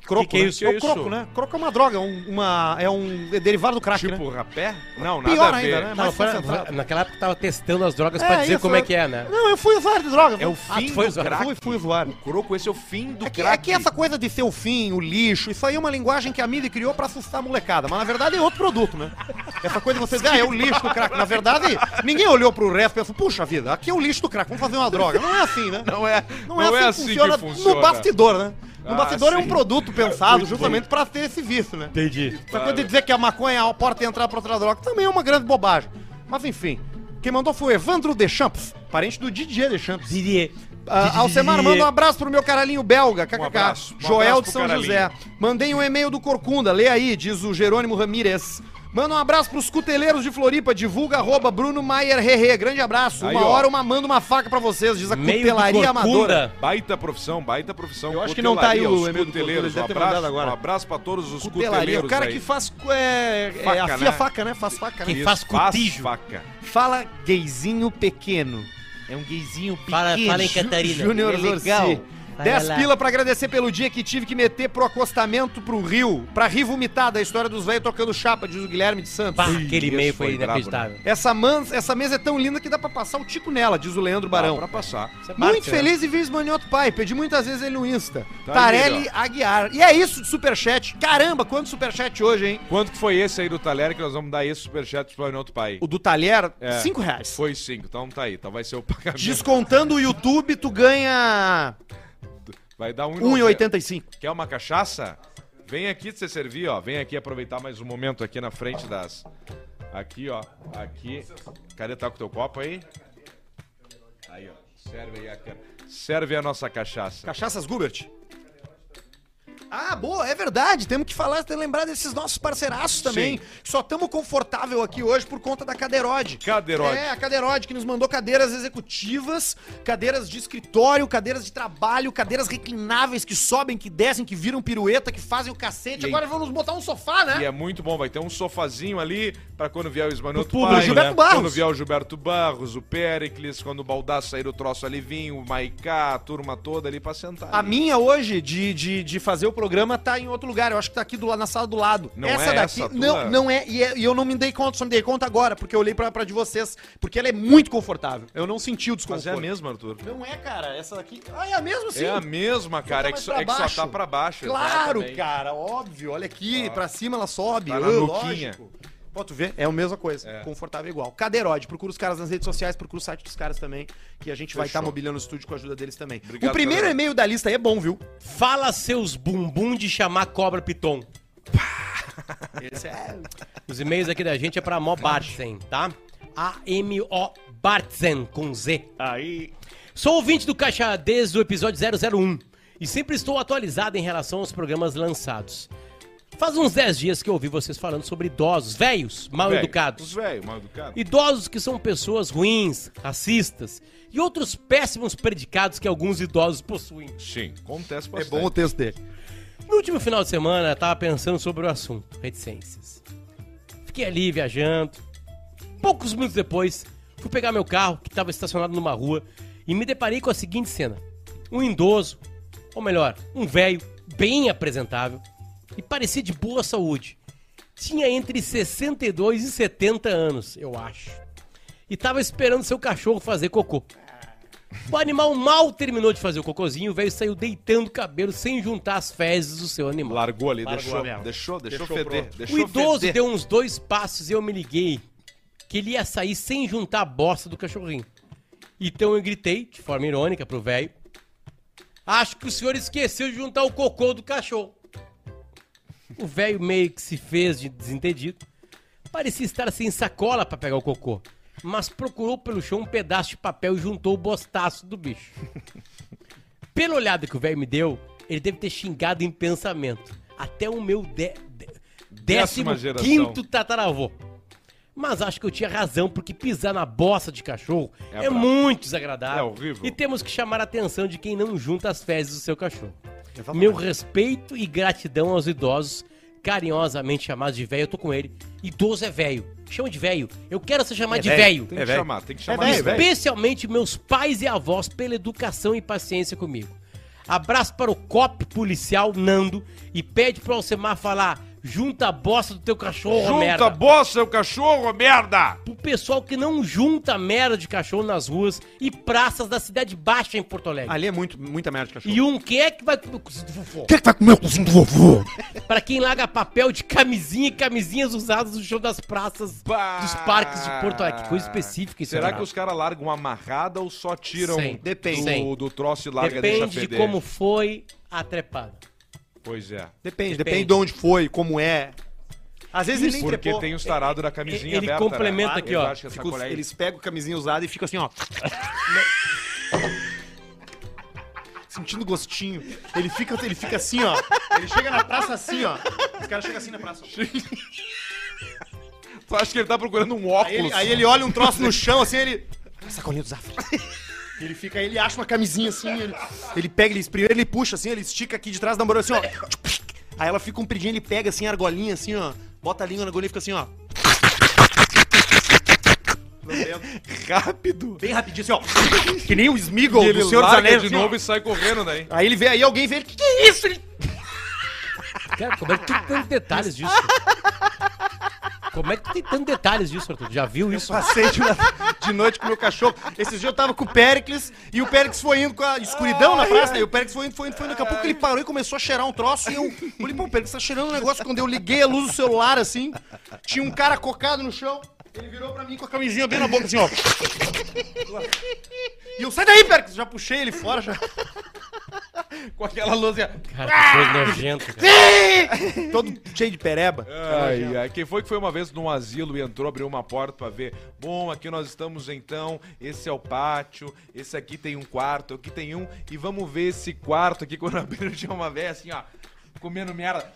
A: Croco,
C: Que que é
A: né?
C: isso?
A: É o
B: Que
A: croco,
B: isso?
A: né? Croco é uma droga, um- uma, é um é derivado do crack, né?
B: Tipo rapé? Não, nada
A: Pior
B: a ver.
A: ainda, né?
C: Não,
A: mais
C: foi-
A: concentrado.
C: naquela época tava testando as drogas pra dizer
A: isso,
C: como é que é, né?
A: Não, eu fui usuário de droga.
B: É o
A: Ah,
B: fim
C: tu foi
B: do
C: usar-
B: crack.
A: fui, fui usuário.
B: O croco, esse é o fim do
A: É que, é
B: crack.
A: que essa coisa de ser o fim, o lixo, isso aí é uma linguagem que a mídia criou pra assustar a molecada, mas na verdade é outro produto, né? Essa coisa de você dizer, ah, é o lixo do crack. Na verdade, ninguém olhou pro resto e pensou, puxa vida, aqui é o lixo do crack, vamos fazer uma droga. Não é assim, né?
B: Não é,
A: *laughs* Não, é, assim, que funciona, no bastidor, né? No
B: Ah,
A: bastidor é um
B: sim.
A: produto *laughs* pensado justamente pra ter esse vício, né?
C: Entendi.
A: Essa coisa de dizer que a maconha é a porta de entrar pra outra droga também é uma grande bobagem. Mas enfim, quem mandou foi o Evandro Deschamps, parente do Didier Deschamps.
C: Diria.
A: Ah, Alcemar, manda um abraço pro meu caralhinho belga, kkk.
B: abraço, um
A: Joel
B: abraço
A: de
B: pro
A: São
B: caralhinho.
A: José. Mandei um e-mail do Corcunda, lê aí, diz o Jerônimo Ramírez. Manda um abraço pros cuteleiros de Floripa, divulga arroba Bruno Maier Herrê. Grande abraço.
B: Aí,
A: uma
B: ó.
A: hora uma manda uma faca pra vocês, diz a
C: Meio
A: cutelaria amadora.
B: É. Baita profissão, baita profissão.
A: Eu acho que não tá aí
B: Cutelaria,
A: o e-mail do
B: os cuteleiros.
A: Corcunda,
B: Um
A: ele deve ter mandado
B: abraço,
A: agora.
B: um abraço pra todos os
A: Cutelaria,
B: cuteleiros
A: o cara
B: aí.
A: que faz. É, é,
B: Faca,
A: afia
B: né?
A: faca, né? Faz faca, né?
C: Que faz cutígio.
B: faca.
A: Fala gayzinho pequeno. É um gayzinho pequeno.
C: Fala- fala em
A: Ju-
C: Catarina.
A: Júnior
C: É
A: Zorci.
C: legal.
A: 10
C: Vai lá.
A: pila pra agradecer pelo dia que tive que meter pro acostamento pro rio, pra rir vomitada, a história dos velhos tocando chapa, diz o Guilherme de Santos.
C: Pá, aquele
B: isso
C: meio
B: foi
C: foi
B: brabo,
C: inacreditável.
A: Essa, mans, essa mesa é tão linda que dá pra passar o tico nela, diz o Leandro
B: Barão.
A: Barão.
B: Pra passar.
C: Isso é parte,
A: Muito
C: né?
A: feliz em ver Esmanioto Pai, pedi muitas vezes ele no Insta.
B: Tá
A: Tarelli
B: aí,
A: Aguiar. E é isso de superchat. Caramba, quanto superchat hoje, hein?
B: Quanto que foi esse aí do talher que nós vamos dar esse superchat pro Planalto Pai?
A: O do talher,
B: É.
A: 5 reais.
B: *laughs* Foi cinco, então tá aí. Então vai ser o pagamento.
A: Descontando o YouTube, tu ganha
B: Vai dar 1,80.
A: 1,85.
B: Quer uma cachaça? Vem aqui pra você servir, ó. Vem aqui aproveitar mais um momento aqui na frente das. Aqui, ó. Aqui. Cadê tá com o teu copo aí? Aí, ó. Serve aí a ca- Serve a nossa cachaça.
A: Cachaças Gubert. Ah, boa, é verdade. Temos que falar, tem que lembrar desses nossos parceiraços também.
B: Sim.
A: Só estamos confortável aqui hoje por conta da Cadeirode.
B: Cadeirode.
A: É, a Cadeirode que nos mandou cadeiras executivas, cadeiras de escritório, cadeiras de trabalho, cadeiras reclináveis que sobem, que descem, que viram pirueta, que fazem o cacete.
B: E aí?
A: Agora vamos botar um sofá, né?
B: E é muito bom, vai ter um sofazinho ali pra quando vier o Esmanuto
A: público, Gilberto Barros.
B: Quando vier o Gilberto Barros, o Péricles, quando o Baldaço sair o troço ali, vinho, o Maicá, a turma toda ali pra sentar.
A: A
B: ali.
A: minha hoje de, de, de fazer o programa tá em outro lugar. Eu acho que tá aqui do lado, na sala do lado.
B: Não
A: essa
B: é
A: daqui.
B: essa a tua?
A: não, não é e, é- e eu não me dei conta, só me dei conta agora, porque eu olhei pra, pra de vocês. Porque ela é muito confortável. Eu não senti o desconforto.
B: Mas é a mesma, Arthur.
A: Não é, cara. Essa daqui. Ah, é a mesma, sim.
B: É a mesma, cara. É que,
A: mais
B: só,
A: pra
B: é que só
A: baixo.
B: tá pra baixo.
A: Claro,
B: exatamente.
A: cara. Óbvio. Olha aqui, pra cima ela sobe.
B: Tá na
A: ah,
B: nuquinha.
A: lógico. Pô, tu vê? É a mesma coisa. Confortável é igual. Cadeirode. Procura os caras nas redes sociais, procura o site dos caras também. Que a gente vai estar
B: Fechou.
A: mobiliando o estúdio com a ajuda deles também.
B: Obrigado,
A: o primeiro
B: Cadeirode.
A: e-mail da lista aí é bom, viu?
C: Fala seus bumbum de chamar cobra piton.
A: Esse é.
C: Os e-mails aqui da gente é pra Mo Bartzen, tá? A-M-O Bartzen, com Z.
G: Aí.
C: Sou ouvinte do Caixa desde o episódio 001 e sempre estou atualizado em relação aos programas lançados. Faz uns 10 dias que eu ouvi vocês falando sobre idosos, velhos, mal
B: Velho, Os
C: educados.
B: velhos, mal educados.
C: Idosos que são pessoas ruins, racistas e outros péssimos predicados que alguns idosos possuem.
B: Sim, acontece
H: É
B: bastante.
H: bom o texto dele.
C: No último final de semana, eu tava pensando sobre o assunto, reticências. Fiquei ali viajando. Poucos minutos depois, fui pegar meu carro, que estava estacionado numa rua, e me deparei com a seguinte cena: um idoso, ou melhor, um velho, bem apresentável, e parecia de boa saúde. Tinha entre 62 e 70 anos, eu acho. E tava esperando seu cachorro fazer cocô. O animal mal terminou de fazer o cocôzinho, o velho saiu deitando o cabelo sem juntar as fezes do seu animal.
B: Largou ali,
C: Largou
B: deixou,
C: a vela.
B: deixou, deixou,
H: Deixou
B: feder.
H: pronto.
B: Deixou
C: O idoso
B: feder.
C: deu uns dois passos e eu me liguei que ele ia sair sem juntar a bosta do cachorrinho. Então eu gritei, de forma irônica, pro velho. Acho que o senhor esqueceu de juntar o cocô do cachorro. O velho meio que se fez de desentendido. Parecia estar sem sacola pra pegar o cocô. Mas procurou pelo chão um pedaço de papel e juntou o bostaço do bicho. Pelo olhado que o velho me deu, ele deve ter xingado em pensamento. Até o meu de, de- décimo
B: Décima geração.
C: quinto tataravô. Mas acho que eu tinha razão, porque pisar na bosta de cachorro
B: É
C: é,
B: brabo.
C: muito desagradável.
B: É horrível.
C: E temos que chamar a atenção de quem não junta as fezes do seu cachorro. Meu respeito e gratidão aos idosos, carinhosamente chamados de velho. Eu tô com ele. Idoso é velho. Chama de velho. Eu quero ser chamado de velho.
B: É
C: É
B: Tem que
H: velho.
B: chamar, tem que chamar.
H: velho,
B: de velho.
C: Especialmente meus pais e avós pela educação e paciência comigo. Abraço para o cop policial Nando e pede pro Alcemar falar: junta a bosta do teu cachorro,
B: Junta a
C: merda.
B: bosta, seu cachorro, merda!
C: Pro pessoal que não junta merda de cachorro nas ruas e praças da cidade baixa em Porto Alegre.
A: Ali é muito, muita merda de cachorro.
C: E um que é que vai comer o cozinho do vovô?
I: é que vai comer o cozinho do vovô?
C: Pra quem larga papel de camisinha e camisinhas usadas no chão das praças
B: Bah!
C: dos parques de Porto Alegre. Que Coisa específica isso
B: Ah, Será
C: é
B: que os caras largam amarrada ou só tiram
C: Sem. Depende. Sem.
B: Do, do troço e larga
C: Depende de
B: feder?
C: como foi a trepada.
B: Pois é.
A: Depende, depende,
C: Depende.
A: de onde foi, como é. Às vezes ele nem
B: Porque
A: trepou.
B: tem os tarados da camisinha
C: Ele
B: aberta. né?
C: complementa aqui,
B: Eu
C: ó.
B: acho que essa
H: Fica os-
B: colher-
H: eles pegam camisinha usada e ficam assim, ó.
A: sentindo gostinho. Ele fica, ele fica assim, ó. Ele chega na praça assim, ó. Os caras chegam assim na praça. ó.
B: Tu acha que ele tá procurando um óculos?
A: Aí ele, aí ele olha um troço no chão, assim, ele. A Sacolinha do Zafra. *laughs* Ele fica, ele acha uma camisinha assim, ele, ele pega, ele primeiro ele puxa assim, ele estica aqui de trás da namorada assim, ó. Aí ela fica compridinha, ele pega assim a argolinha assim, ó. Bota a língua na argolinha e fica assim, ó.
B: rápido.
A: Bem rapidinho assim, ó. Que nem o Smiggle
B: E ele
A: do Senhor dos
B: larga
A: Anéis.
B: de
A: assim, ó.
B: novo e sai
A: *laughs*
B: correndo daí.
A: Aí ele vê, aí alguém vê ele, que que é isso? Ele
C: Cara, como é que tem tantos detalhes disso? Como é que tem tantos detalhes disso, Arthur? Já viu isso?
A: Passei de, de noite com meu cachorro. Esses dias eu tava com o Péricles e o Péricles foi indo com a escuridão na praça. né? E o Péricles foi indo, foi indo, foi indo. Daqui a pouco ele parou e começou a cheirar um troço. E eu falei, pô, o Péricles tá cheirando um negócio. Quando eu liguei a luz do celular, assim, tinha um cara cocado no chão. Ele virou pra mim com a camisinha bem na boca, assim, ó. E eu, sai daí, Péricles. Já puxei ele fora, já.
B: Com aquela luz.
C: Cara, que coisa nojenta, cara.
A: Todo cheio de pereba.
B: Ai, ai. Quem foi que foi uma vez num asilo e entrou, abriu uma porta pra ver? Bom, aqui nós estamos então. Esse é o pátio. Esse *laughs* aqui tem um quarto. Aqui tem um. E vamos ver esse quarto aqui quando abriram tinha uma vez assim, ó.
A: *laughs*
B: comendo merda.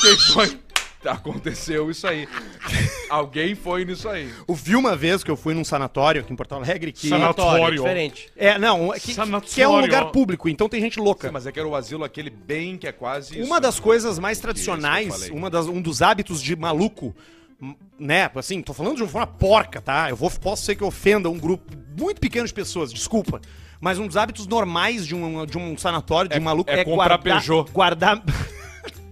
B: Quem foi? Aconteceu isso aí. *laughs* Alguém foi nisso aí.
A: vi uma vez que eu fui num sanatório aqui em Porto Alegre
B: é
A: que.
C: Sanatório.
J: Sanatório.
C: Diferente.
A: É, não, é que,
J: Sanatório.
A: que é um lugar público, então tem gente louca.
B: Mas é que era o asilo aquele bem que é quase
A: Uma
B: isso.
A: das coisas mais
B: Isso que eu
A: tradicionais,
B: falei.
A: uma das, um dos hábitos de maluco, m- né? Assim, tô falando de uma forma porca, tá? Eu vou, posso ser que ofenda um grupo muito pequeno de pessoas, desculpa. Mas um dos hábitos normais de um, de um sanatório, de um maluco,
J: é comprar Peugeot.
A: guardar.
B: *laughs*
A: *laughs*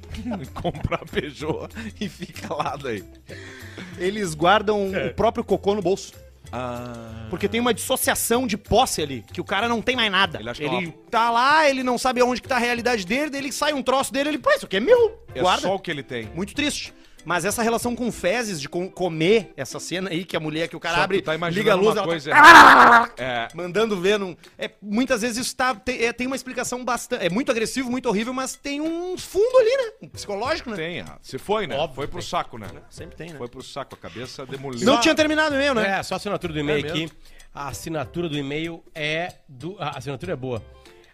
B: comprar Peugeot *laughs* e fica lá daí.
A: Eles guardam o próprio cocô no bolso.
B: É. Ah,
A: Porque tem uma dissociação de posse ali, que o cara não tem mais nada.
B: Ele acha que é
A: ele tá lá, ele não sabe aonde que tá a realidade dele, daí ele sai um troço dele, ele, pô, isso aqui é meu.
B: é
A: Guarda.
B: só o que ele tem.
A: Muito triste. Mas essa relação com fezes, de com- comer essa cena aí, que a mulher que o cara
B: Só
A: abre,
B: tu tá imaginando
A: liga a luz,
B: uma
A: ela *laughs*
B: coisa.
A: tá
B: É.
A: mandando ver. Num... É, muitas vezes isso tá, tem, é, tem uma explicação bastante... É muito agressivo, muito horrível, mas tem um fundo ali, né? Um psicológico, né?
B: Tem, ah, se foi, né? foi pro saco, né?
A: Sempre tem, né?
B: Foi pro saco, a cabeça demoliu.
A: Não tinha terminado o e-mail, né?
C: É, só a assinatura do e-mail aqui. A assinatura do e-mail é do. A assinatura é boa.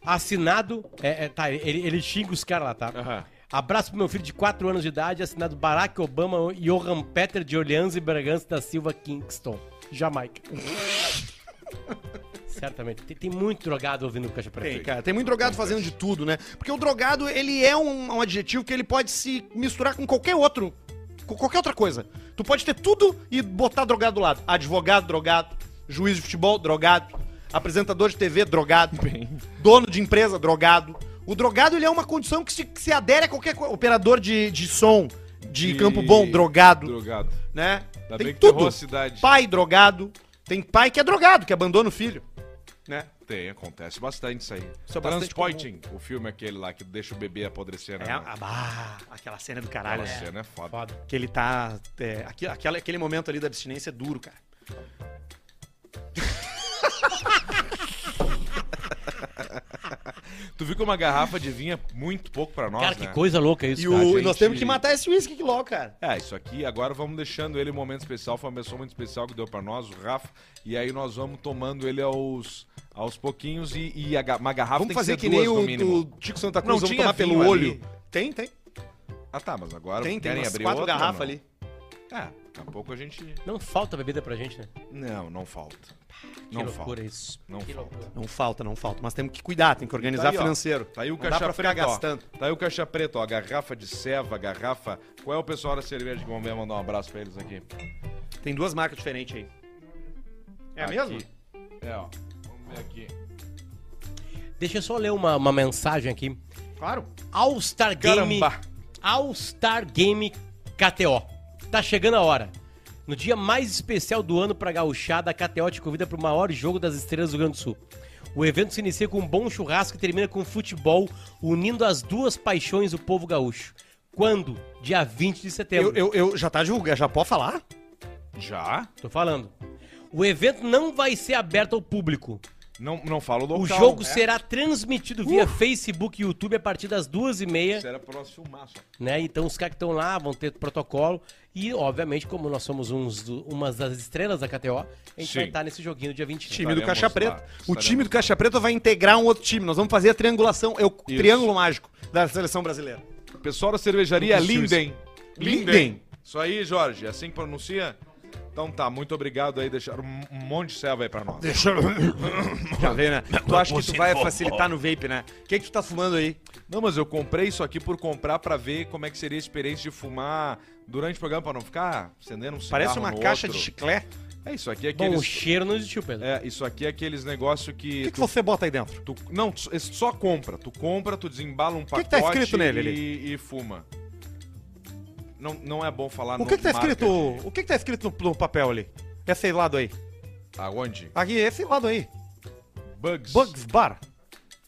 C: Assinado. É, é, tá, ele, ele xinga os caras lá, tá?
B: Aham.
C: Abraço pro meu filho de 4 anos de idade, assinado Barack Obama e Johan Peter de Orleans e Bragança da Silva Kingston, Jamaica. Certamente. Tem, tem muito drogado ouvindo o Caixa Preta.
A: Tem, cara. Tem muito drogado fazendo de tudo, né? Porque o drogado, ele é um, um adjetivo que ele pode se misturar com qualquer outro. Com qualquer outra coisa. Tu pode ter tudo e botar drogado do lado. Advogado, drogado. Juiz de futebol, drogado. Apresentador de TV, drogado. Dono de empresa, drogado. O drogado, ele é uma condição que se, que se adere a qualquer coisa. Operador de, de som, de,
B: De-
A: campo bom, drogado.
B: Drogado.
A: Né?
B: Ainda
A: tem
B: bem que
A: tudo.
B: terrou a cidade.
A: Pai, drogado. Tem pai que é drogado, que abandona o filho.
B: Né? Tem, acontece bastante isso aí.
A: Isso é bastante
B: Transpoiting, o filme aquele lá que deixa o bebê apodrecer, né?
A: É, ah, bah, aquela cena do caralho,
B: Aquela
A: né?
B: cena é foda.
C: Foda.
A: Que ele tá. É, aqui- aquela- aquele momento ali da abstinência é duro, cara.
B: Tu viu que uma garrafa de vinho é muito pouco pra nós,
C: Cara,
B: né?
C: que coisa louca isso,
A: E
C: cara.
A: o-
B: gente-
A: nós temos que matar esse uísque que louco, cara.
B: É, isso aqui, agora vamos deixando ele um momento especial, foi uma pessoa muito especial que deu pra nós, o Rafa, e aí nós vamos tomando ele aos, aos pouquinhos e, e a ga- uma garrafa
A: Vamos
B: tem
A: fazer
B: que ser
A: que,
B: duas
A: nem
B: no
A: o
B: mínimo.
A: do Tico Santa
B: Não
A: Cruz, vamos
B: tinha
A: tomar pelo
B: vinho
A: olho.
B: ali.
A: Tem, tem.
B: Ah tá, mas agora
A: Tem, tem
B: querem
A: umas
B: abrir
A: quatro
B: outra,
A: garrafas
B: não?
A: ali.
B: É, daqui a pouco a gente...
C: Não falta bebida pra gente, né?
B: Não, não falta.
C: Que
B: não
C: loucura
B: falta.
C: isso.
B: Não
C: que
B: falta.
C: loucura.
A: Não falta, não falta. Mas temos que cuidar, tem que organizar
B: Tá aí, ó.
A: financeiro.
B: Tá aí o
A: Não dá
B: caixa
A: pra ficar
B: preta, ó.
A: gastando.
B: Tá aí o caixa preta, ó. Garrafa de ceva, garrafa. Qual é o pessoal da cerveja que vão ver? Mandar um abraço pra eles aqui.
A: Tem duas marcas diferentes aí. É
B: Tá Aqui.
A: mesmo?
B: É, ó. Vamos ver aqui.
C: Deixa eu só ler uma, uma mensagem aqui.
A: Claro.
C: All Star Game.
B: Caramba.
C: All Star Game KTO. Tá chegando a hora. No dia mais especial do ano pra gauchada, a KTO te convida para o maior jogo das estrelas do Rio Grande do Sul. O evento se inicia com um bom churrasco e termina com futebol, unindo as duas paixões do povo gaúcho. Quando? Dia 20 de setembro.
A: Eu, eu, eu- já tá divulgado, já pode falar?
B: Já?
C: Tô falando. O evento não vai ser aberto ao público.
B: Não, não fala o local.
C: O jogo
B: É.
C: será transmitido via Facebook e YouTube a partir das duas e meia.
B: Isso era pra nós filmar só.
C: né? Então os caras que estão lá vão ter protocolo. E, obviamente, como nós somos uns do- umas das estrelas da KTO, a gente
B: Sim.
C: vai estar nesse joguinho dia um. 20.
A: Time do
B: Estaremos
A: Caixa
B: lá,
A: Preta. O
B: estaremos
A: time do Caixa Preta vai integrar um outro time. Nós vamos fazer a triangulação, é o triângulo mágico da seleção brasileira.
B: Pessoal da cervejaria
A: Lucas Silva.
B: Linden.
A: Linden.
B: Isso aí, Jorge. É assim que pronuncia? Então tá, muito obrigado aí. Deixaram um um monte de ceva aí pra nós.
A: Já vê, né? Tu acha
B: *laughs*
A: que tu vai facilitar no vape, né? O que, que tu tá fumando aí?
B: Não, mas eu comprei isso aqui por comprar pra ver como é que seria a experiência de fumar durante o programa pra não ficar acendendo um cigarro
A: Parece uma
B: no
A: caixa
B: outro.
A: de chiclete.
B: É isso aqui é
C: Tá Bom, o
B: aqueles
C: cheiro não existiu, Pedro.
B: É, isso aqui é aqueles negócio
A: O
B: que,
A: que, que você bota aí dentro?
B: tu, não, tu s- só compra, tu compra, tu desembala um
A: que
B: pacote
A: que tá escrito nele
B: e, e fuma. Não, não é bom falar
A: O que, que tá
B: marca
A: escrito? O que, que tá escrito no, no papel ali? Esse lado aí.
B: de- Aonde?
A: Aqui, esse lado aí.
B: Tá Bugs.
A: Bugs Bar.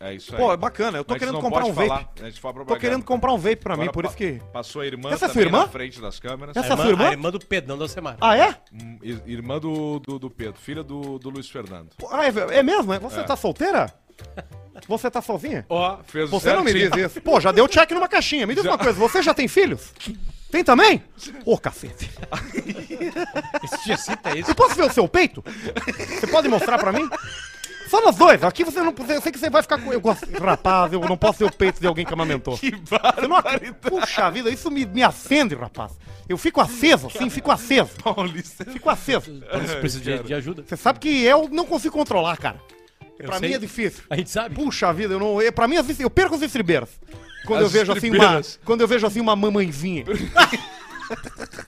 B: É isso aí.
A: Pô, é bacana. Eu tô
B: Mas
A: querendo
B: não
A: comprar
B: pode
A: um vape.
B: falar, a gente fala
A: Tô
B: propaganda.
A: querendo comprar um vape pra mim,
B: Agora
A: por
B: pa-
A: isso que.
B: Passou a irmã é
A: Essa é
B: também
A: sua irmã?
B: na frente das câmeras.
C: a
A: Essa foi irmã?
C: A irmã do Pedrão da Semana.
A: Ah, é?
B: Hum, ir- Irmã do, do, do Pedro, filha do, do Luiz Fernando.
A: Pô, Ah, é, é mesmo? É? Você tá solteira? Você tá sozinha?
B: Ó, fez o
A: Você não me diz isso. Pô, já deu check numa caixinha. Me diz uma coisa, você já tem filhos? Tem *laughs* também? Ô, cacete.
C: Esse dia cita
B: *laughs*
C: isso.
A: Eu posso ver o seu peito? Você pode mostrar pra mim? Só nós dois. Aqui você não. Eu sei que você vai ficar com. Eu gosto. Rapaz, eu não posso ser o peito de alguém que amamentou.
B: *laughs* Que
A: Você não acredita. Puxa vida, isso me, me acende, rapaz. Eu fico aceso, sim, fico aceso.
B: Paulista.
A: Fico aceso.
C: Você precisa de, de ajuda?
A: Você sabe que eu não consigo controlar, cara.
C: Eu
A: pra
C: sei.
A: mim é difícil.
C: A gente sabe.
A: Puxa vida, eu não. eu- Pra mim, às vezes, eu perco as estribeiras. Quando
B: As
A: eu vejo assim uma.
B: estribeiras.
A: Quando eu vejo assim uma
B: *laughs*
A: mamãezinha.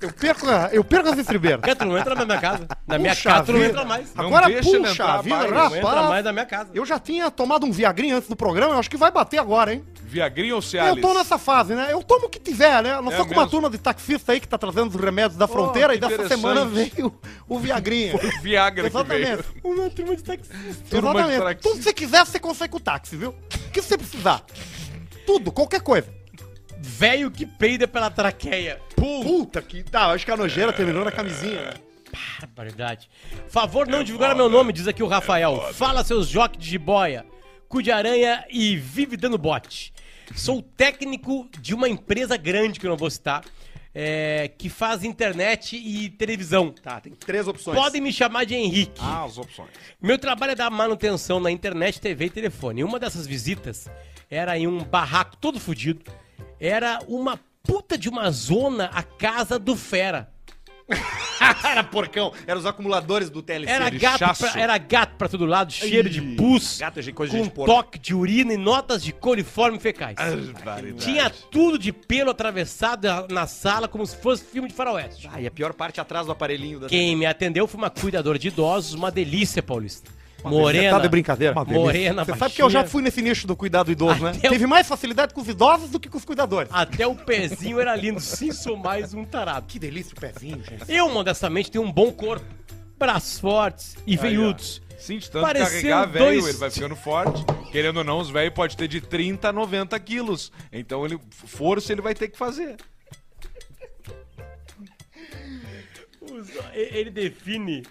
A: eu, perco, a- eu perco as estribeiras.
C: Cara, tu não entra na minha casa. Na minha
A: Puxa
C: casa tu não
A: vida.
C: entra mais.
B: Não
A: Agora,
B: deixa ele
A: puxa
B: entrar,
A: vida,
B: vai, não
C: Não entra mais
A: rapaz.
C: na minha casa.
A: Eu já tinha tomado um Viagrinho antes do programa, eu acho que vai bater agora, hein?
B: Viagrinha ou
A: Eu
B: Cialis? *laughs*
A: tô nessa fase, né? Eu tomo o que tiver, né? Nós
B: É
A: estamos com uma
B: mesmo?
A: turma de taxista aí que tá trazendo os remédios da fronteira e
B: que
A: dessa semana
B: interessante.
A: veio o *laughs* Viagrinha.
B: Viagra que veio.
A: Exatamente.
C: Uma turma de taxista.
B: Turma de
A: Exatamente.
B: taxista.
A: Tudo que você quiser, você consegue com o táxi, viu? O que você precisar. Tudo, qualquer coisa.
C: Velho que peida pela traqueia.
A: Puta que. Tá, acho que a nojeira terminou na camisinha.
C: Barbaridade. Favor não divulgar meu nome, diz aqui o Rafael. Fala seus joques de jiboia, cu de aranha e vive dando bote. Sou técnico de uma empresa grande que eu não vou citar, é, que faz internet e televisão.
A: Tá, tem três opções.
C: Podem me chamar de Henrique.
B: Ah, as *laughs* opções.
C: Meu trabalho é dar manutenção na internet, TV e telefone. E uma dessas visitas era em um barraco todo fudido. Era uma puta de uma zona a casa do fera.
A: *laughs* Era porcão, eram os acumuladores do TLC.
C: Era
B: de
C: gato,
B: chasso.
C: pra, era gato pra todo lado, cheiro de pus,
A: gato é de coisa de
C: com
A: gente porca.
C: toque de urina e notas de coliforme fecais.
A: Ah,
C: Tinha tudo de pelo atravessado na sala como se fosse filme de faroeste.
A: Ah, e a pior parte atrás do aparelhinho da.
C: Quem me atendeu foi uma cuidadora de idosos, uma delícia, Paulista.
A: Você
C: Morena,
A: Tá de brincadeira.
C: morena,
A: Você sabe que eu já
C: baixinha.
A: fui nesse nicho do cuidado idoso, né?
C: Até o- Ah,
A: Teve mais facilidade com os idosos do que com os cuidadores.
C: Até o pezinho era lindo, sim, sou mais um tarado.
A: Que delícia o pezinho, gente.
C: Eu, modestamente, tenho um bom corpo, braços fortes e veiudos.
B: Sim, de tanto
C: Pareceu
B: carregar velho,
C: dois-
B: ele vai ficando forte. Querendo ou não, os velhos podem ter de 30 a 90 quilos. Então, ele, força ele vai ter que fazer.
C: Os- e- Ele define,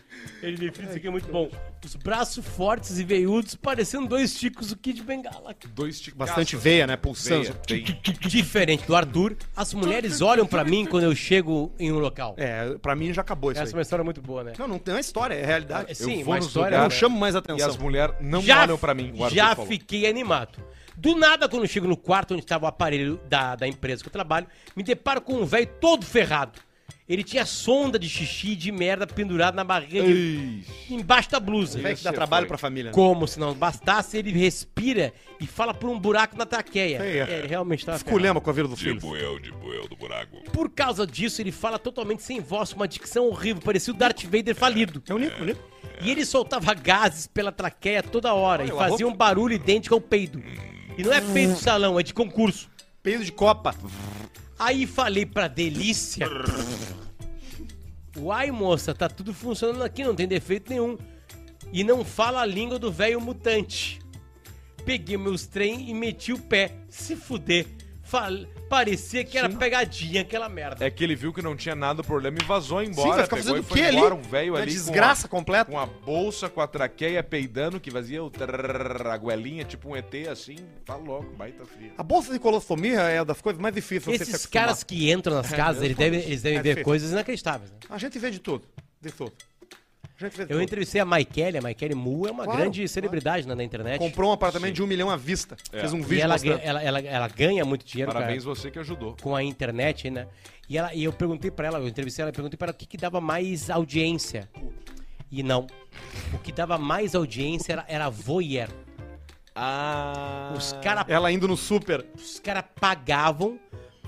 C: ele define isso aqui é muito bom. Os braços fortes e veiudos parecendo dois chicos do Kid Bengala.
B: Dois ticaços.
A: Bastante veia, né? Pulsando.
B: Veia, tem.
C: Diferente do Arthur, as mulheres olham pra mim quando eu chego em um local.
A: É, pra mim já acabou isso
C: Essa é
A: aí.
C: uma história muito boa, né?
A: Não, não tem uma história, é realidade.
C: Sim,
B: vou
C: uma
B: nos
C: história. é
A: Eu não
B: lugares-
A: chamo mais
B: E
A: atenção.
B: as mulheres não
C: já,
B: olham pra mim. o Arthur
C: já
B: falou.
C: fiquei animado. Do nada, quando eu chego no quarto onde estava o aparelho da, da empresa que eu trabalho, me deparo com um velho todo ferrado. Ele tinha sonda de xixi e de merda pendurada na barriga de-
B: Ixi.
C: embaixo da blusa.
A: Como é que dá
B: Esse
A: trabalho
B: foi.
A: pra família? né?
C: Como se não bastasse, ele respira e fala por um buraco na traqueia.
A: Sei, é.
C: É, ele realmente estava ferrado.
A: Esculhamba com a vida do filho.
F: eu, tipo eu do buraco.
C: Por causa disso, ele fala totalmente sem voz, com uma dicção horrível, parecia o Darth Vader falido.
A: É o Nico, o Nico.
C: E ele soltava gases pela traqueia toda hora e
A: Olha,
C: fazia
A: arroz-
C: um barulho idêntico ao peido. E não é peido de salão, é de concurso.
A: Peido de copa.
C: Aí falei pra Delícia. Uai, moça, tá tudo funcionando aqui, não tem defeito nenhum. E não fala a língua do velho mutante. Peguei meus trem e meti o pé. Se fuder. Fal- Parecia que era pegadinha aquela merda.
B: É que ele viu que não tinha nada do problema e vazou embora.
A: Sim, vai ficar fazendo
B: e
A: o quê ali?
B: embora, um velho
A: Uma
B: ali. com
A: desgraça completa.
B: Com a bolsa, com a traqueia peidando, que fazia o trrr, a goelinha, tipo um ET assim. Tá louco, baita fria.
A: A bolsa de colostomia é uma das coisas mais difíceis você se
C: Esses
A: acostumar.
C: caras que entram nas casas, eles devem, eles devem
A: É
C: ver
A: difícil.
C: coisas inacreditáveis. né?
A: A gente vê de tudo. De tudo. A gente vê de
C: Eu
A: tudo.
C: entrevistei a Maikele, a Maikele Mu é uma
A: Claro,
C: grande
A: claro.
C: celebridade né, na, na internet.
A: Comprou um apartamento de um milhão à vista. Fez um
C: É. e
A: vídeo
C: ela,
A: mostrando.
C: ganha- ela, ela- ela ganha muito dinheiro cara.
B: Parabéns você que ajudou.
C: com a internet, né? E, ela, e eu perguntei pra ela, eu entrevistei ela, eu perguntei pra ela o que, que dava mais audiência. E não. O que dava mais audiência era, era voyeur.
A: Ah.
C: Os caras
A: Ela indo no super.
C: os cara pagavam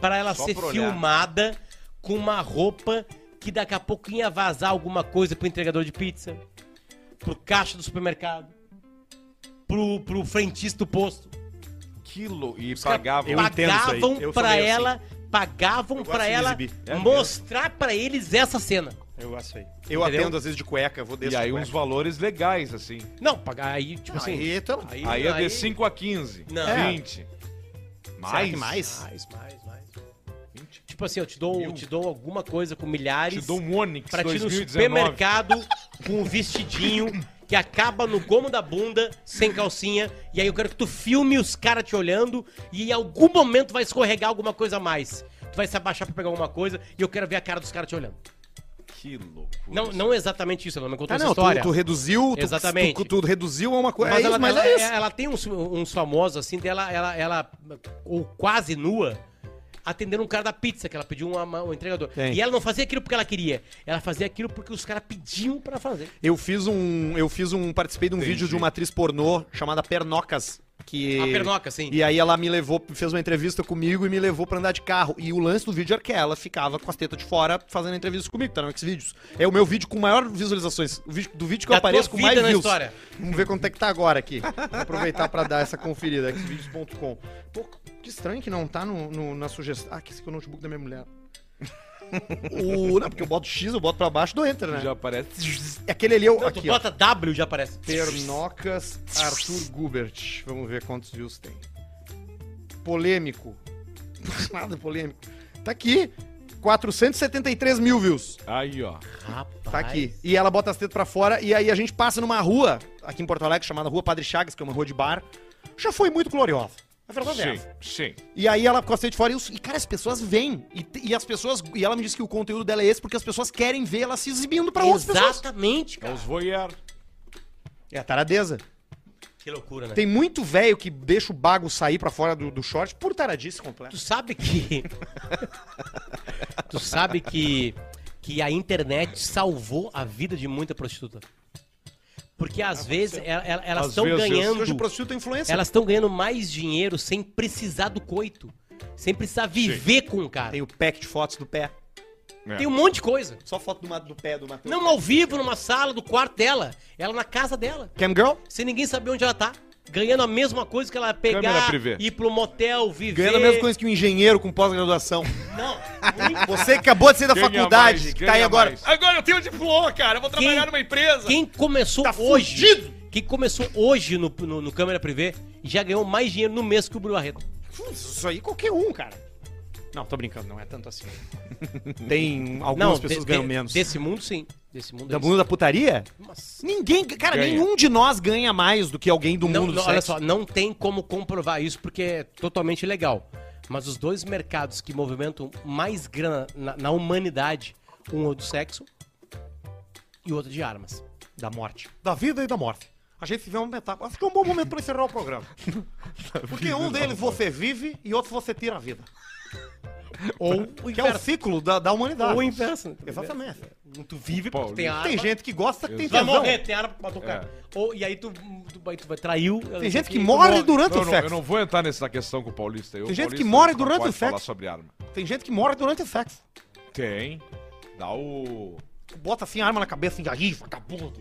C: pra ela
B: Só
C: ser
B: pra olhar.
C: filmada com uma roupa que daqui a pouco ia vazar alguma coisa pro entregador de pizza, pro caixa do supermercado, pro, pro frentista do posto.
B: Quilo e pagava.
A: Eu entendo isso aí.
C: pagavam
A: Eu sou
C: pra
A: meio
C: ela, pagavam
A: gosto
C: pra
A: de me
C: ela
A: exibir.
B: É
C: mostrar pra eles essa cena.
A: Eu gosto aí. Eu
C: Entendeu?
A: atendo às vezes de cueca, eu vou descer.
B: E aí
A: de
B: uns valores legais, assim.
C: Não, pagar aí, tipo
A: cueca.
C: assim.
A: Aí, tá lá.
B: Aí é de 5 a 15.
C: Não.
B: 20.
A: Será que
B: Mais?
A: mais?
C: Mais, mais, mais.
B: 20.
C: Tipo assim, eu te dou,
B: Mil?
C: te dou alguma coisa com milhares
B: Te dou um Onix
C: pra ti no
B: 2019.
C: supermercado com um vestidinho que acaba no gomo da bunda, sem calcinha, e aí eu quero que tu filme os caras te olhando e em algum momento vai escorregar alguma coisa a mais. Tu vai se abaixar pra pegar alguma coisa e eu quero ver a cara dos caras te olhando.
F: Que
B: Que
F: loucura.
C: Não, não exatamente isso, ela me contou
A: Ah,
C: essa
A: não, tu,
C: história.
A: tu reduziu. Tu,
C: Exatamente.
A: Tu, tu reduziu a uma coisa.
C: Mas
A: É
C: ela,
A: isso, mas
C: ela-
A: é isso.
C: ela tem uns, uns famosos, assim, dela, ela, ela, ou quase nua, atendendo um cara da pizza, que ela pediu uma, uma- um entregador.
A: Tem.
C: E ela não fazia aquilo porque ela queria, ela fazia aquilo porque os caras pediam pra fazer.
A: Eu fiz um. Eu fiz um. Participei de um vídeo de uma atriz pornô chamada Pernocas. Que...
C: A pernoca, assim.
A: E aí ela me levou, fez uma entrevista comigo e me levou pra andar de carro. E o lance do vídeo era que ela ficava com as tetas de fora fazendo entrevista comigo, tá no Xvideos. É o meu vídeo com maior visualizações. O vídeo, do vídeo que
C: Da
A: eu apareço
C: É tua
A: com
C: vida
A: mais
C: na
A: views.
C: história.
A: Vamos ver quanto é que tá agora aqui. Vou aproveitar pra dar essa conferida, xvideos.com. Pô, que estranho que não tá no, no- na sugestão. Ah, que esse aqui é o notebook da minha mulher. *laughs* o, não, porque eu boto X, eu boto pra baixo do Enter, né? É
B: Já aparece.
A: Aquele ali, eu,
C: Não, tu
A: aqui, ó.
C: bota W já aparece.
A: Pernocas Arthur Gubert. Vamos ver quantos views tem. Polêmico. *laughs* é Nada polêmico. Tá aqui. 473 mil views.
B: Aí, ó.
C: Rapaz.
A: Tá aqui. E ela bota as tetas pra fora. E aí a gente passa numa rua, aqui em Porto Alegre, chamada Rua Padre Chagas, que é uma rua de bar. Já foi muito gloriosa. A verdade é essa.
B: Sim, sim.
A: E aí ela com a sede fora e, os- e, cara, as pessoas vêm. E, te- e as pessoas. E ela me disse que o conteúdo dela é esse porque as pessoas querem ver ela se exibindo pra outras pessoas.
C: Exatamente,
B: É
C: cara.
B: os voyeur.
A: É a taradeza.
C: Que loucura, né?
A: Tem muito velho que deixa o bago sair pra fora do, do short por taradice completa.
C: Tu sabe que. *laughs* tu sabe que. Que a internet salvou a vida de muita prostituta. Porque às vezes ela- ela- elas
B: Às
C: estão
B: vezes.
C: ganhando.
A: Hoje prostituta é influência.
C: Elas estão ganhando mais dinheiro sem precisar do coito. Sem precisar viver com o cara.
A: Tem o pack de fotos do pé.
B: É.
C: Tem um monte de coisa.
A: Só foto do, ma- do pé do Matheus.
C: Não ao vivo, numa sala, do quarto dela. Ela na casa dela.
A: Cam Girl?
C: Sem ninguém saber onde ela tá. Ganhando a mesma coisa que ela
B: Câmera
C: pegar,
B: privê.
C: ir pro motel, viver.
A: Ganhando a mesma coisa que um engenheiro com *laughs* pós-graduação.
C: Não.
A: Você que acabou de sair da
B: Ganha
A: faculdade,
B: mais,
A: que tá
B: ganha
A: aí agora.
B: mais.
F: Agora eu tenho diploma, cara. Eu vou
C: trabalhar numa
F: empresa.
C: Quem começou
A: Tá
C: hoje. Quem começou hoje no, no, no câmera privê já ganhou mais dinheiro no mês que o Bruno Barreto.
A: Putz, Isso aí qualquer um, cara. Não, tô brincando, não é tanto assim. *laughs* Tem algumas
C: Não,
A: pessoas
C: de-
A: ganham
C: de-
A: menos.
C: Desse mundo, sim. Desse mundo.
A: Da
C: é
A: bunda da putaria?
C: isso. Nossa.
A: Ninguém, cara,
B: Ganha.
A: nenhum de nós ganha mais do que alguém do
C: Não,
A: mundo
C: não,
A: do
C: olha
A: sexo.
C: só, não tem como comprovar isso porque é totalmente legal. Mas os dois mercados que movimentam mais grana na, na humanidade, um é o do sexo e o outro
A: *laughs*
C: de armas.
A: Da morte. Da vida e da morte. A gente viveu uma metáfora. Acho que é um bom momento pra encerrar o programa. Porque um deles você vive e outro você tira a vida.
C: Ou o
A: Que é o
C: inverso.
A: ciclo da, da humanidade.
C: Ou o inverso. né?
A: Exatamente.
C: Tu vive porque
B: Paulo,
C: tu tem arma.
A: Tem gente que gosta que tem
C: Tu vai
A: tesão.
C: morrer, tem arma pra matar o cara.
B: É.
C: Ou, e aí tu, tu, tu vai traiu.
A: Tem gente que morre durante
B: Não,
A: o
B: não,
A: sexo.
B: eu não vou entrar nessa questão com o Paulista. Eu,
A: Tem gente que
B: Paulista,
A: morre
B: não
A: durante
B: pode
A: o sexo.
B: falar sobre arma.
A: Tem gente que morre durante o sexo.
B: Tem. Dá o...
A: Bota assim a arma na cabeça e aí, vagabundo.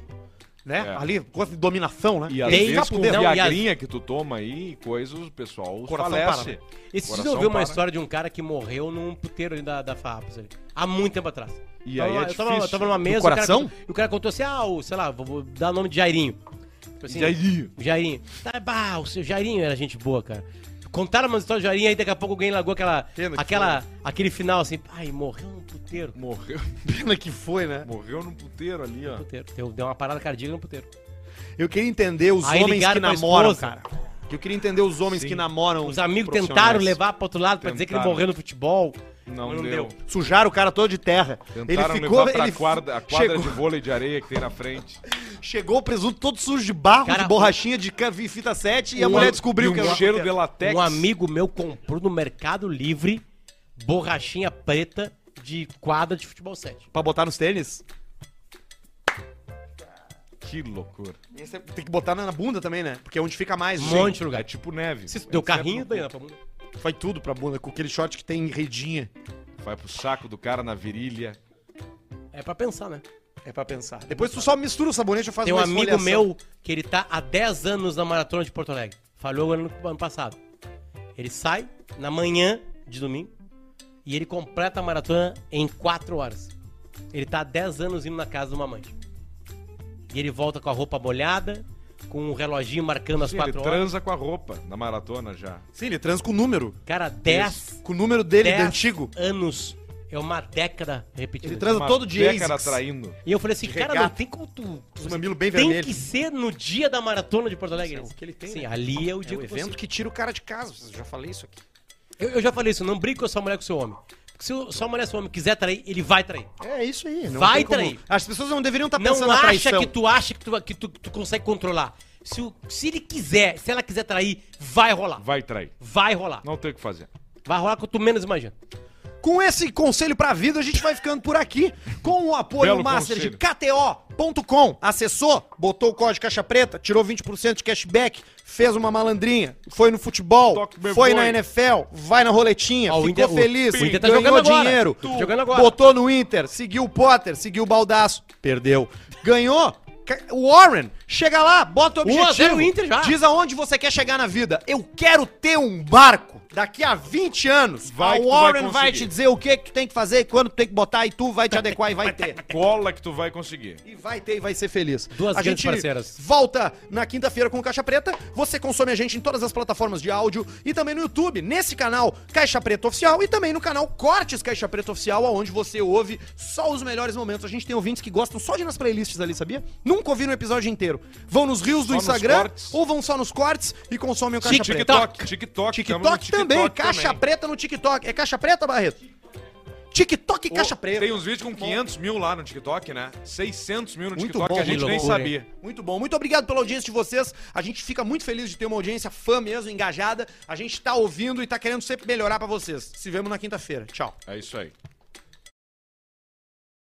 A: Né?
B: É.
A: Ali, coisa de dominação, né?
B: E às
C: Tem-
B: vezes com
C: Não, e as-
B: viagrinha que tu toma aí, coisas, o pessoal
A: Coração né?
B: falece.
C: Esse dia
B: Coração
C: eu ouvi uma
B: para.
C: história de um cara que morreu num puteiro ali da, da Farrapos ali. Há muito tempo atrás.
B: E
C: Tava
B: aí
C: lá-
B: é
C: eu, tava, eu
B: difícil.
C: tava numa mesa.
A: coração?
C: O cara, e o cara contou assim: ah, o, sei lá, vou, vou dar o nome de Jairinho. Tipo assim,
B: Jairinho.
C: Jairinho. Tá, bah, o seu Jairinho era gente boa, cara. Contaram uma história do Jairinho, aí daqui a pouco alguém largou aquela.
A: Pena que
C: aquela aquele final assim, ai, morreu num puteiro.
B: Morreu, *laughs*
A: *laughs* Pena que foi, né?
B: morreu num puteiro ali, ó.
C: puteiro. Deu, deu uma parada cardíaca no puteiro.
A: Eu queria entender os
C: Aí
A: homens que
C: ligaram pra
A: namoram,
C: esposa.
A: cara. Eu queria entender os homens que namoram.
C: Os amigos
A: profissionais.
C: tentaram levar pro outro lado pra dizer que ele
B: Tentaram.
C: morreu no futebol.
B: Não,
C: Mas não
B: deu.
C: deu.
A: Sujaram o cara todo de terra.
B: Tentaram
A: ele ficou.
B: levar pra
A: Ele
B: quadra, a quadra
A: chegou,
B: de vôlei de areia que tem na frente.
A: chegou o presunto todo sujo de barro,
C: Cara,
A: de borrachinha, de ca- fita 7 e a
C: um
A: mulher
C: am-
A: descobriu
B: e
A: que é
B: um
A: era
B: cheiro de latex.
C: Um amigo meu comprou no Mercado Livre borrachinha preta de quadra de futebol 7.
A: Pra botar nos tênis?
B: Que loucura.
A: Esse é- Tem que botar na na bunda também, né? Porque é onde fica mais.
C: Um
A: gente.
C: monte de
B: É
C: lugar.
B: tipo neve.
C: Se tu
A: é
C: deu carrinho, né? daí na tua bunda.
A: Faz tudo pra bunda, com aquele short que tem redinha.
B: Vai pro saco do cara na virilha.
C: É pra pensar, né?
A: É pra pensar. Depois tu só mistura o sabonete e faz
C: Tem um
A: uma
C: amigo
A: esfoliação.
C: meu que ele tá há 10 anos na maratona de Porto Alegre. Falhou ano, ano passado. Ele sai na manhã de domingo e ele completa a maratona em 4 horas. Ele tá há 10 anos indo na casa de uma mãe. E ele volta com a roupa molhada, com um reloginho marcando as
B: Sim, ele
C: 4 horas.
B: transa com a roupa na maratona já.
A: Sim, ele transa com o número.
C: Cara, 10
A: Com o número dele, de
C: 10
A: antigo.
C: anos. É uma década repetida.
A: Ele transa todo dia.
B: Década
A: ASICS.
B: traindo.
C: E eu falei assim,
A: de
C: cara,
A: regata.
C: não tem como tu.
A: Os mamilos bem
C: tem
A: vermelhos.
C: que ser no dia da maratona de Porto Alegre. o que ele tem. Sim, ali é o dia
A: É o
C: que
A: evento que tira o cara de casa. Eu já falei isso aqui.
C: você- Eu, eu já falei isso, não brinco com a sua mulher com o seu homem. que se o- se a mulher se o homem quiser trair, ele vai trair.
K: É isso aí. Não tem
C: Vai
K: como-
C: trair.
K: As pessoas não deveriam
A: tá
K: estar pensando
C: Não
K: na
C: acha
K: traição.
C: que tu acha que tu, que tu, que tu consegue controlar. Se, o- se ele quiser, se ela quiser trair, vai rolar.
B: Vai trair.
C: Vai rolar.
B: Não tem o que fazer.
C: Vai rolar quanto menos imagina.
A: Com esse conselho pra vida, a gente vai ficando por aqui com o apoio
B: Belo
A: master de
B: conselho.
A: KTO.com. Acessou, botou o código caixa preta, tirou 20% de cashback, fez uma malandrinha, foi no futebol,
B: Toque meu
A: foi
B: boi.
A: na NFL, vai na roletinha,
C: Ó, o
A: ficou
C: Inter- o-
A: feliz,
C: o Inter tá
A: ganhou
C: jogando agora.
A: dinheiro,
C: Tu- Jogando agora.
A: botou no Inter, seguiu o Potter, seguiu o Baldaço, perdeu, ganhou. Ca- Warren, chega lá, bota o
C: Um a zero
A: objetivo.
C: Inter já.
A: Diz aonde você quer chegar na vida. Eu quero ter um barco daqui a 20 anos.
B: Vai
A: a
B: que tu
A: Ah, Warren
B: vai
A: vai,
B: conseguir.
A: te dizer o que, que tu tem que fazer, quando tu tem que botar, e tu vai te adequar e vai ter.
B: Cola que tu vai conseguir.
A: E vai ter e vai ser feliz.
C: Duas
A: a
C: grandes
A: gente
C: parceiras.
A: volta na quinta-feira com o Caixa Preta. Você consome a gente em todas as plataformas de áudio e também no YouTube, nesse canal Caixa Preta Oficial e também no canal Cortes Caixa Preta Oficial, onde você ouve só os melhores momentos. A gente tem ouvintes que gostam só de ir nas playlists ali, sabia? Nunca ouviram o episódio inteiro. Vão nos rios do
B: Só nos
A: Instagram
B: cortes.
A: ou vão só nos cortes e consomem o Caixa Preta.
B: TikTok. TikTok. tamo no
A: TikTok também, caixa preta no TikTok. É caixa preta, Barreto? TikTok e caixa
B: Ô,
A: preta.
B: Tem um uns vídeos com 500 mil lá no TikTok, né? 600 mil no
A: Muito
B: TikTok
A: bom,
B: que a gente
C: que
B: nem
C: loucura,
B: sabia.
A: Muito bom, muito obrigado pela audiência de vocês. A gente fica muito feliz de ter uma audiência fã mesmo, engajada. A gente tá ouvindo e tá querendo sempre melhorar pra vocês. Se vemos na quinta-feira. Tchau.
B: É isso aí.